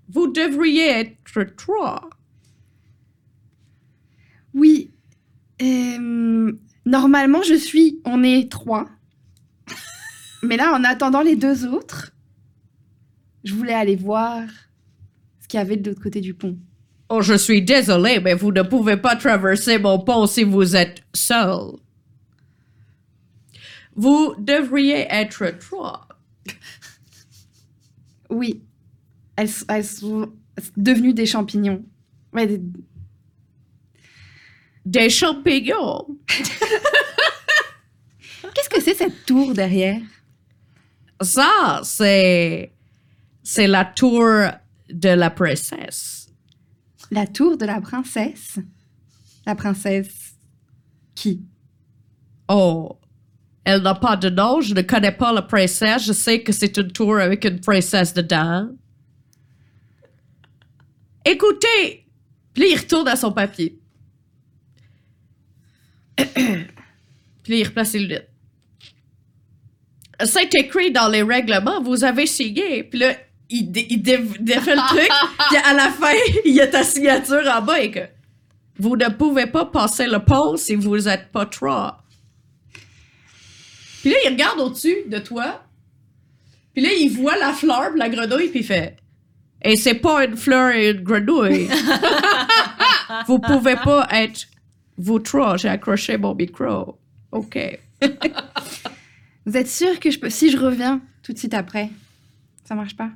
A: Vous devriez être trois.
D: Oui. Euh, normalement, je suis. On est trois. Mais là, en attendant les deux autres, je voulais aller voir ce qu'il y avait de l'autre côté du pont.
A: Oh, je suis désolé, mais vous ne pouvez pas traverser mon pont si vous êtes seul. Vous devriez être trois.
D: Oui. Elles, s- elles sont devenues des champignons. Ouais, des-
A: Des champignons.
D: Qu'est-ce que c'est cette tour derrière
A: Ça, c'est. C'est la tour de la princesse.
D: La tour de la princesse La princesse qui
A: Oh. Elle n'a pas de nom, je ne connais pas la princesse, je sais que c'est une tour avec une princesse dedans. Écoutez! Puis là, il retourne à son papier. Puis là, il replace ses lunettes. C'est écrit dans les règlements, vous avez signé. Puis là, il, dé- il dé- défait le truc, puis à la fin, il y a ta signature en bas et que vous ne pouvez pas passer le pont si vous n'êtes pas trois. Puis là, il regarde au-dessus de toi. Puis là, il voit la fleur, puis la grenouille, puis il fait Et c'est pas une fleur et une grenouille. vous pouvez pas être vous trois. J'ai accroché mon micro. OK.
D: Vous êtes sûr que je peux Si je reviens tout de suite après, ça marche pas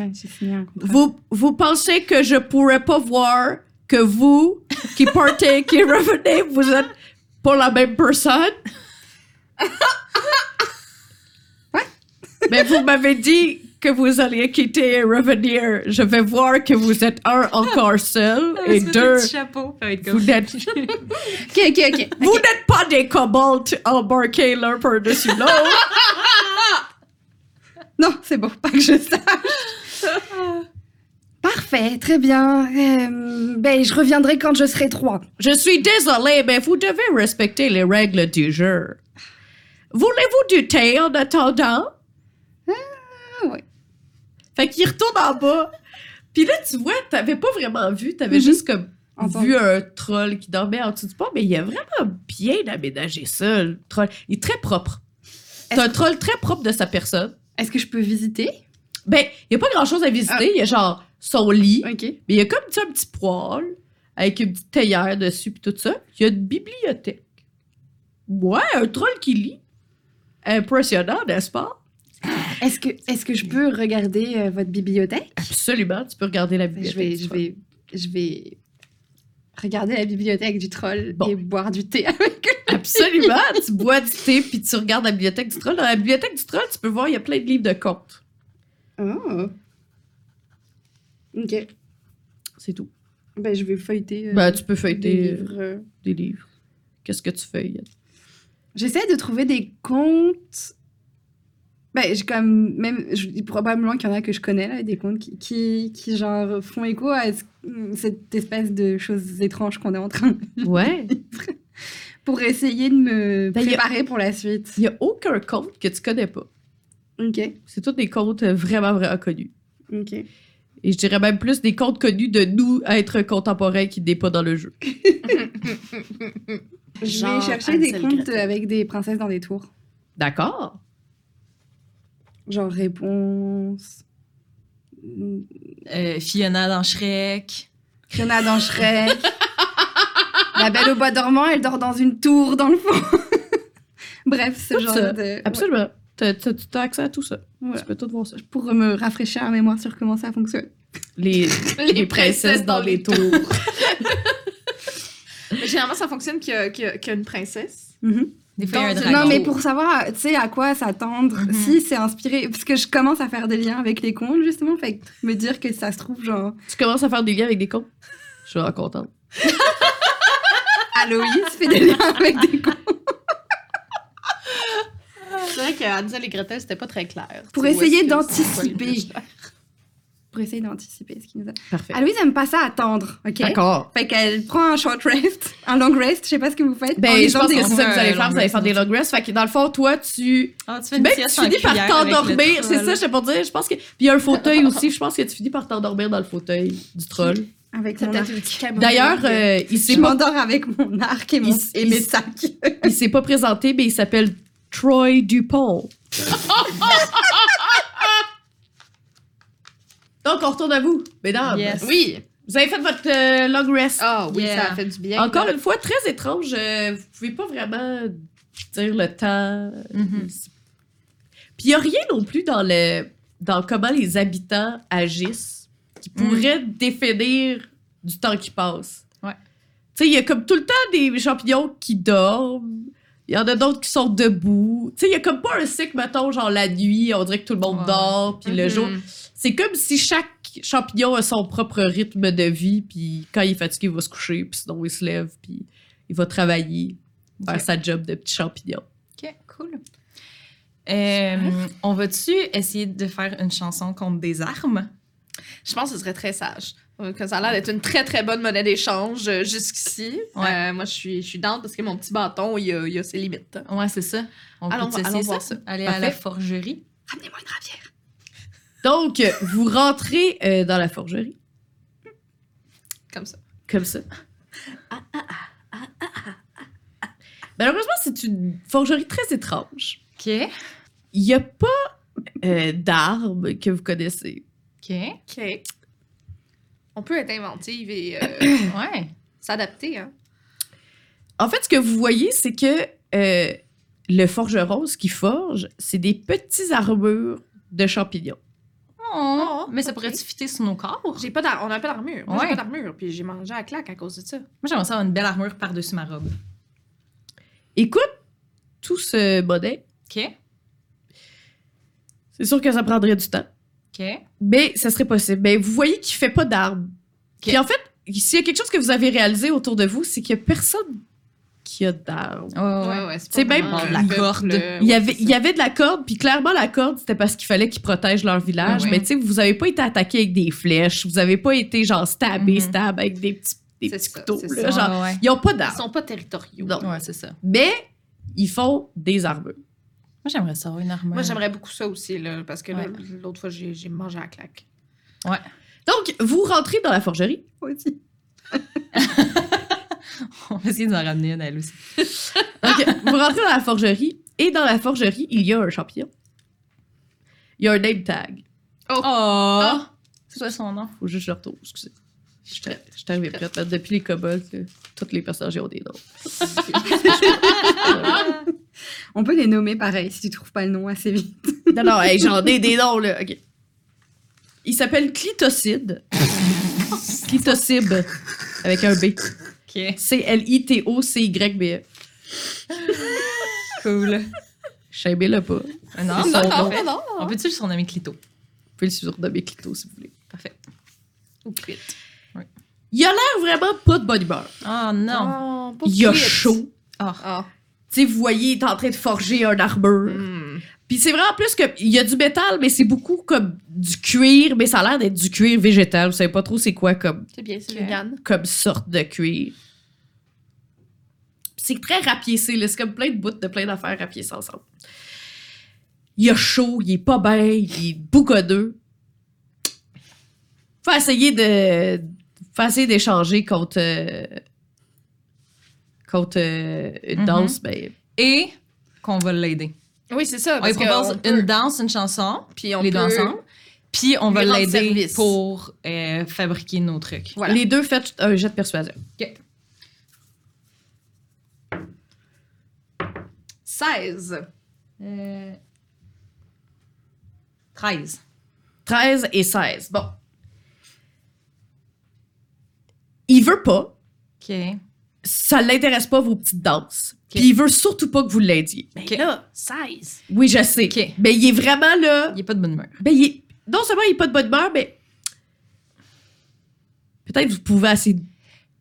D: Ouais, j'ai signé un contrat.
A: Vous, vous pensez que je pourrais pas voir que vous, qui partez, qui revenez, vous êtes pas la même personne? Mais vous m'avez dit que vous alliez quitter et revenir. Je vais voir que vous êtes un encore seul
D: Ah,
A: et deux.
B: chapeau. Ça va être
A: Vous
B: comme-
A: n'êtes,
D: Ok, ok, ok.
A: vous n'êtes pas des kobolds embarqués l'un par-dessus l'autre.
D: Non, c'est bon, pas que je sache. Parfait, très bien. Euh, ben, je reviendrai quand je serai trois.
A: Je suis désolée, mais vous devez respecter les règles du jeu. Voulez-vous du thé en attendant?
D: Ah ouais.
A: Fait qu'il retourne en bas. Puis là, tu vois, t'avais pas vraiment vu, t'avais
D: Mhm.
A: juste comme
D: Entendu.
A: vu un troll qui dormait en dessous du pont, mais il a vraiment bien aménagé ça, le troll. Il est très propre. C'est
D: Est-ce
A: un troll très propre de sa personne.
D: Est-ce que je peux visiter
A: Ben, il y a pas grand-chose à
D: Ah.
A: visiter. Il y a genre son lit,
D: Ok.
A: mais il y a comme tu sais, un petit poêle avec une petite théière dessus puis tout ça. Il y a une bibliothèque. Ouais, un troll qui lit. Impressionnant, n'est-ce pas?
D: Est-ce que, est-ce que je peux regarder euh, votre bibliothèque
A: Absolument, tu peux regarder la
D: Je
A: bibliothèque.
D: vais,
A: du
D: je
A: troll.
D: vais, je vais regarder la bibliothèque du troll
A: Bon.
D: et boire du thé.
A: Absolument. tu bois du thé puis tu regardes la bibliothèque du troll. Dans la bibliothèque du troll, tu peux voir, il y a plein de livres de contes.
D: Ah. Ok.
A: C'est tout.
D: Ben, je vais feuilleter. euh,
A: Ben, tu peux
D: des
A: feuilleter euh,
D: livres, euh.
A: des livres. Qu'est-ce que tu feuilles?
D: J'essaie de trouver des comptes. Ben, j'ai quand même, même je- probablement qu'il y en a que je connais, là, des comptes qui, qui, qui, genre, font écho à ce- cette espèce de choses étranges qu'on est en train de
A: Ouais.
D: pour essayer de me
A: Ben, y a-
D: préparer pour la suite.
A: Il n'y a aucun compte que tu connais pas.
D: Ok,
A: C'est tous des comptes euh, vraiment, vraiment connus.
D: ok.
A: Et je dirais même plus des comptes connus de nous, êtres contemporains, qui n'est pas dans le jeu.
D: Je vais
C: Genre
D: chercher des
C: Hansel
D: comptes
C: Gretel.
D: avec des princesses dans des tours.
A: D'accord.
D: Genre réponse. Il
B: Euh, Fiona dans Shrek.
D: y en a dans Shrek. la belle au bois dormant, elle dort dans une tour dans le fond. Bref, ce
A: Tout
D: genre
A: ça.
D: de. ouais.
A: Absolument. T'as- t'as- Tu as, accès à tout ça.
D: Voilà.
A: Tu peux tout voir ça.
D: pour me rafraîchir la mémoire sur comment ça fonctionne.
A: Les, les, princesses dans les tours.
C: Mais généralement, ça fonctionne qu'il y a, qu'il y a- qu'il y a une princesse.
A: Mhm.
B: Des fois, il y a un
C: Dans-
B: dragon.
D: Non, mais pour savoir, tu sais, à quoi s'attendre,
B: Mhm.
D: si c'est inspiré, parce que je commence à faire des liens avec les contes, justement, fait que me dire que ça se trouve, genre,
A: tu commences à faire des liens avec des comptes. Je suis vraiment contente.
D: Aloïs fait des liens avec des contes.
C: C'est vrai que Hansel et Gretel, c'était pas très clair.
D: Pour
C: Tu sais, où
D: essayer
C: est-ce que-
D: d'anticiper.
C: c'est quoi
D: Pour essayer d'anticiper ce qui nous a.
A: Parfait.
D: Aloïs aime pas ça attendre, ok
A: D'accord.
D: Fait qu'elle prend un short rest, un long rest, je sais pas ce que vous faites. en
A: Ben, je
D: lisant
A: pense que
D: des-
A: c'est ça que vous allez
B: euh,
A: faire. Vous allez faire des
B: long
A: long rests. Fait que dans le fond, toi, tu.
B: Ah, tu fais une
A: Ben, tu
B: sieste en
A: finis par
B: cuillère avec le
A: t'endormir. C'est
B: troll.
A: ça, je sais pas dire. Je pense que. Puis il y a un fauteuil aussi. Je pense que tu finis par t'endormir dans le fauteuil du troll.
D: Avec
C: C'est
D: mon
C: peut-être
D: arc.
C: une petite cabane.
A: D'ailleurs, euh, il s'est
D: Je
A: pas,
D: m'endors avec mon arc et, mon,
A: Il-
D: et
A: il-
D: mes sacs.
A: il s'est pas présenté, mais il s'appelle Troy Dupont. Donc, on retourne à vous, mesdames.
B: Yes.
C: Oui.
A: Vous avez fait votre euh, long rest.
C: Ah oui,
B: Yeah.
C: ça a fait du bien.
A: Encore une fois, très étrange. euh, vous pouvez pas vraiment dire le temps. euh,
B: Mhm.
A: Puis il n'y a rien non plus dans le dans comment les habitants agissent qui
B: Hum.
A: pourrait définir du temps qui passe.
B: Ouais.
A: Tu sais, il y a comme tout le temps des champignons qui dorment. Il y en a d'autres qui sont debout. Tu sais, il y a comme pas un cycle, mettons, genre la nuit, on dirait que tout le monde
B: Ouais.
A: dort, puis le
C: Mhm.
A: jour. C'est comme si chaque champignon a son propre rythme de vie, puis quand il est fatigué, il va se coucher, puis sinon il se lève, puis il va travailler, faire
B: Ok.
A: sa job de petit champignon.
B: Ok, cool. Euh, on va-tu essayer de faire une chanson contre des armes?
C: Je pense que ce serait très sage. Euh, Que ça a l'air d'être une très très bonne monnaie d'échange euh, jusqu'ici.
B: Ouais.
C: Euh, moi, je suis, je suis down parce que mon petit bâton, il a, il a ses limites. hein.
B: Ouais, c'est ça. On
C: Allons-
B: peut essayer
C: allons
B: ça?
C: voir ça.
B: Aller à
A: Parfait.
B: la forgerie?
D: Ramenez-moi une ravière.
A: Donc, euh, vous rentrez euh, dans la forgerie,
C: Comme ça.
A: comme ça. Malheureusement, c'est une forgerie très étrange.
B: OK.
A: Il n'y a pas euh, d'armes que vous connaissez.
B: OK. Ouais.
C: OK. On peut être inventive et euh, s'adapter. Hein.
A: En fait, ce que vous voyez, c'est que euh, le forgeron, ce qu'il forge, c'est des petites armures de champignons.
B: Oh, mais ça
C: ok.
B: pourrait-tu fitter sur nos corps? Moi,
C: J'ai pas d'ar- on n'a pas d'armure. Moi,
B: Ouais.
C: j'ai pas d'armure. Puis j'ai mangé à claque à cause de ça.
B: j'aimerais ça avoir une belle armure par-dessus ma robe.
A: Écoute, tout ce bonnet,
B: OK.
A: c'est sûr que ça prendrait du temps,
B: OK.
A: mais ça serait possible. Mais vous voyez qu'il fait pas d'armes.
B: Ok.
A: Puis en fait, s'il y a quelque chose que vous avez réalisé autour de vous, c'est qu'il y a personne qui a d'armes.
B: Ouais, ouais, ouais.
C: ouais.
A: C'est
C: pas
A: même
C: vraiment
B: la
C: un peuple,
B: corde.
C: euh,
A: Il y,
C: ouais,
A: avait,
C: c'est
A: il y avait de la corde, puis clairement, la corde, c'était parce qu'il fallait qu'ils protègent leur village.
B: Ah ouais.
A: Mais tu sais, vous avez pas été attaqué avec des flèches, vous avez pas été genre stabé,
B: Mhm.
A: stab avec des petits, des
C: C'est
A: petits
C: ça,
A: couteaux.
C: c'est
A: là,
B: Ouais,
A: genre,
B: ouais.
A: Ils ont pas
C: ça. Ils
A: d'armes,
C: sont pas territoriaux.
A: Non.
B: Ouais, c'est ça. Moi,
A: mais ils font des armures.
B: j'aimerais ça, avoir une armure.
C: Moi, j'aimerais beaucoup ça aussi, là, parce que là,
B: Ouais.
C: l'autre fois, j'ai j'ai mangé à claque.
A: Donc, vous rentrez dans la forgerie.
D: Aussi.
B: On va essayer de en ramener une à elle aussi.
A: Donc,
C: Ah!
A: vous rentrez dans la forgerie, et dans la forgerie, il y a un champion. Il y a un name tag.
B: Oh!
C: Ah!
B: C'est quoi son nom?
A: Faut juste que je le retrouve, excusez. Je suis
C: prête.
A: arrivée
C: Je suis
A: prête. Depuis les kobolds, euh, tous les personnages ont des noms.
D: On peut les nommer pareil si tu trouves pas le nom assez vite.
A: Non, non, hey, j'en ai des noms, là. OK. Il s'appelle Clitocide. Clitocide. Avec un B.
B: OK.
A: C-L-I-T-O-C-Y-B-E.
B: Cool.
A: Chabé le pas.
B: Non,
A: Son nom.
C: Non,
B: Ah,
C: non, non.
B: on peut-tu le surnommer Clito?
A: pouvez le surnommer Clito si vous voulez.
B: Parfait.
C: Ou cuite.
A: Il a l'air vraiment pas de bonne humeur.
B: Oh non.
C: Ah, Non.
A: Il a chaud.
B: Ah.
C: Ah.
A: Tu sais, vous voyez, il est en train de forger un armure.
C: Hmm.
A: Puis c'est vraiment plus que. Il y a du métal, mais c'est beaucoup comme du cuir, mais ça a l'air d'être du cuir végétal. Vous savez pas trop c'est quoi comme,
C: C'est bien, c'est
D: Ok.
C: vegan.
A: comme sorte de cuir. C'est très rapiécé, là. C'est comme plein de bouts de plein d'affaires rapiécées ensemble. Il a chaud, il est pas bien, il est boucodeux. Faut essayer de. Faut essayer d'échanger contre. euh, contre euh, une
B: Mhm.
A: danse, mais.
B: Et qu'on va l'aider.
C: Oui, c'est ça.
B: On lui
C: Parce
B: propose
C: qu'on peut-
B: une danse, une chanson,
C: Puis on
B: les deux
C: peut-
B: ensemble. Puis on va
C: lui rendre
B: l'aider
C: service.
B: pour euh, fabriquer nos trucs.
C: Voilà.
A: Les deux faites un jet de persuasion.
C: 16.
B: 13.
A: 13 et 16. Bon. Il veut pas.
B: OK.
A: Ça l'intéresse pas, vos petites danses.
B: Ok.
A: Puis il veut surtout pas que vous l'aidiez.
C: Ben
B: Ok.
C: là, 16.
A: Oui, je sais.
B: Ok.
A: Mais il est vraiment là.
B: Il n'est pas de bonne humeur.
A: Ben, il est- Non seulement il est pas de bonne humeur, mais. Peut-être vous pouvez assez.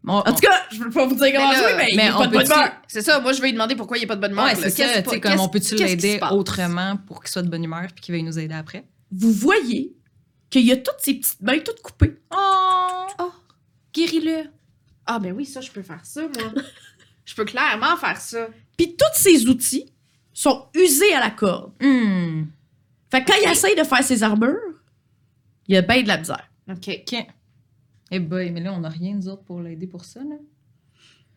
B: On-
A: En tout cas, je veux pas vous dire comment
C: Mais là,
A: jouer, mais, il
B: Oh. mais
A: est
B: on
A: pas de
B: peut
A: bonne
B: dire-
A: humeur.
C: C'est ça, moi je vais lui demander pourquoi il est pas de bonne humeur.
B: ouais,
C: là.
B: c'est
C: Qu'est-ce
B: ça,
C: qui-
B: tu sais,
C: qu'est-ce-
B: comme on peut-tu
C: qu'est-ce qui
B: l'aider
C: se passe?
B: autrement pour qu'il soit de bonne humeur puis qu'il veuille nous aider après?
A: Vous voyez qu'il y a toutes ces petites mains toutes coupées.
B: Oh!
C: Oh.
B: Guéris-le!
C: Ah, ben oui, ça, je peux faire ça, moi. je peux clairement faire ça.
A: Puis tous ces outils sont usés à la corde.
B: Hmm.
A: Fait que quand il essaye de faire ses armures, il a bien de la misère.
C: OK.
B: OK. Eh ben, mais là, on n'a rien, nous autres, pour l'aider pour ça, là.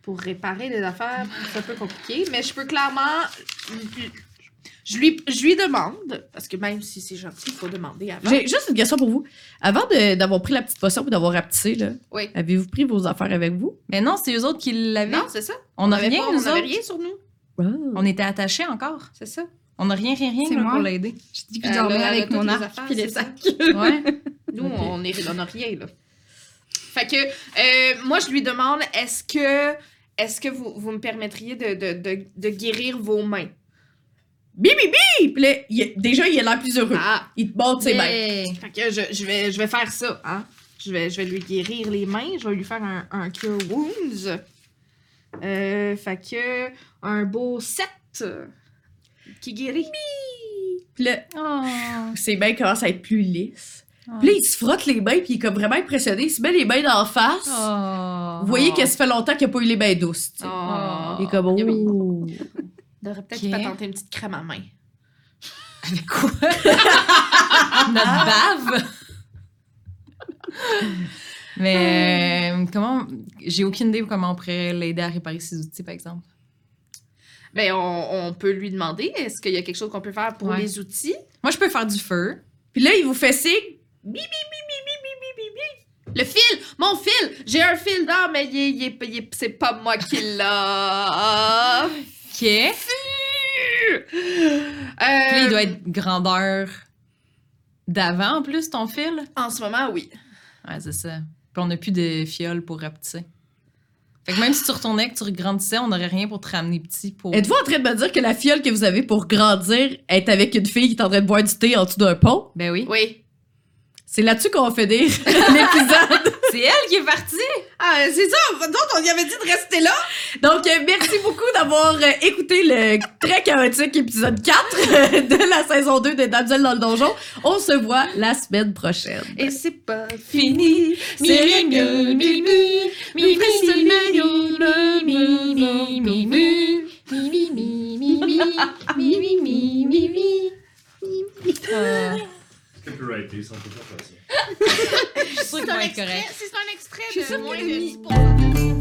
C: Pour réparer les affaires, c'est un peu compliqué, mais je peux clairement. Je lui, je lui demande, parce que même si c'est gentil, il faut demander avant.
A: J'ai juste une question pour vous. Avant de- d'avoir pris la petite potion et d'avoir rapetissé, là,
C: Oui.
A: avez-vous pris vos affaires avec vous?
B: Mais non, c'est eux autres qui l'avaient.
C: Non, c'est ça.
B: On n'a
C: avait
B: rien,
C: pas-
B: nous
C: on avait
B: autres.
C: rien sur nous.
B: On était attachés encore.
C: C'est ça.
B: On n'a rien, rien, rien
D: C'est
B: là,
D: moi.
B: pour l'aider.
D: Je dis que
C: Euh,
D: je dormais
C: là,
D: avec
C: là,
D: mon
C: toutes les
D: arc
C: affaires,
D: puis les
C: c'est ça.
D: sacs.
B: Ouais.
C: Nous,
A: Ok.
C: on est- on n'a rien, là. Fait que, euh, moi, je lui demande, est-ce que, est-ce que vous, vous me permettriez de, de, de, de guérir vos mains?
A: Bibi, bibi! Puis là, il est- déjà, il a l'air plus heureux.
C: Ah!
A: Il te montre ses mains.
B: Yay.
C: Fait que je, je vais, je vais faire ça, hein. Je vais, je vais lui guérir les mains, je vais lui faire un, un Cure Wounds. Euh, fait que, un beau 7 qui guérit.
A: Puis là,
B: Oh.
A: ses mains commencent à être plus lisses.
C: Ah.
A: Puis là, il se frotte les mains, puis il est comme vraiment impressionné. Il se met les mains d'en face.
C: Ah.
B: Oh.
A: Vous voyez que ça fait longtemps qu'il n'a pas eu les mains douces. tu sais.
C: Oh.
A: Il est comme,
C: Il a- il
A: oh.
C: devrait peut-être
B: Ok.
C: patenter une petite crème à main.
B: Avec quoi? Notre bave? Mais euh, comment. J'ai aucune idée comment on pourrait l'aider à réparer ses outils, par exemple.
C: Ben, on, on peut lui demander, est-ce qu'il y a quelque chose qu'on peut faire pour
B: Ouais.
C: les outils?
B: Moi, je peux faire du feu.
A: Puis là, il vous fait signe.
C: Le fil! Mon fil! J'ai un fil d'or, mais il est- il est- il est- c'est pas moi qui l'a.
B: OK. Puis
C: Euh,
B: là, il doit être grandeur d'avant, en plus, ton fil.
C: En ce moment, oui.
B: Ouais, c'est ça. Puis on n'a plus de fiole pour rapetisser. Fait que même si tu retournais, que tu grandissais, on n'aurait rien pour te ramener petit pour.
A: Êtes-vous en train de me dire que la fiole que vous avez pour grandir est avec une fille qui est en train de boire du thé en dessous d'un pont?
B: Ben oui.
C: Oui.
A: C'est là-dessus qu'on va finir l'épisode.
B: C'est elle qui est partie!
A: Ah, c'est ça. Donc, on y avait dit de rester là. Donc, euh, merci beaucoup d'avoir euh, écouté le très chaotique épisode 4 de la saison 2 de Damsel dans le donjon. On se voit la semaine prochaine.
C: Et c'est pas fini.
A: C'est rien que mi,
C: mi, mi, mi, mi, mi, mi, mi, mi.
B: Euh,
E: Copyrighté, ça, on peut pas faire ça.
B: je suis sûre que ça va être correct.
C: C'est un extrait
D: Je suis sûre que
C: moins
D: oui.
C: de 10%.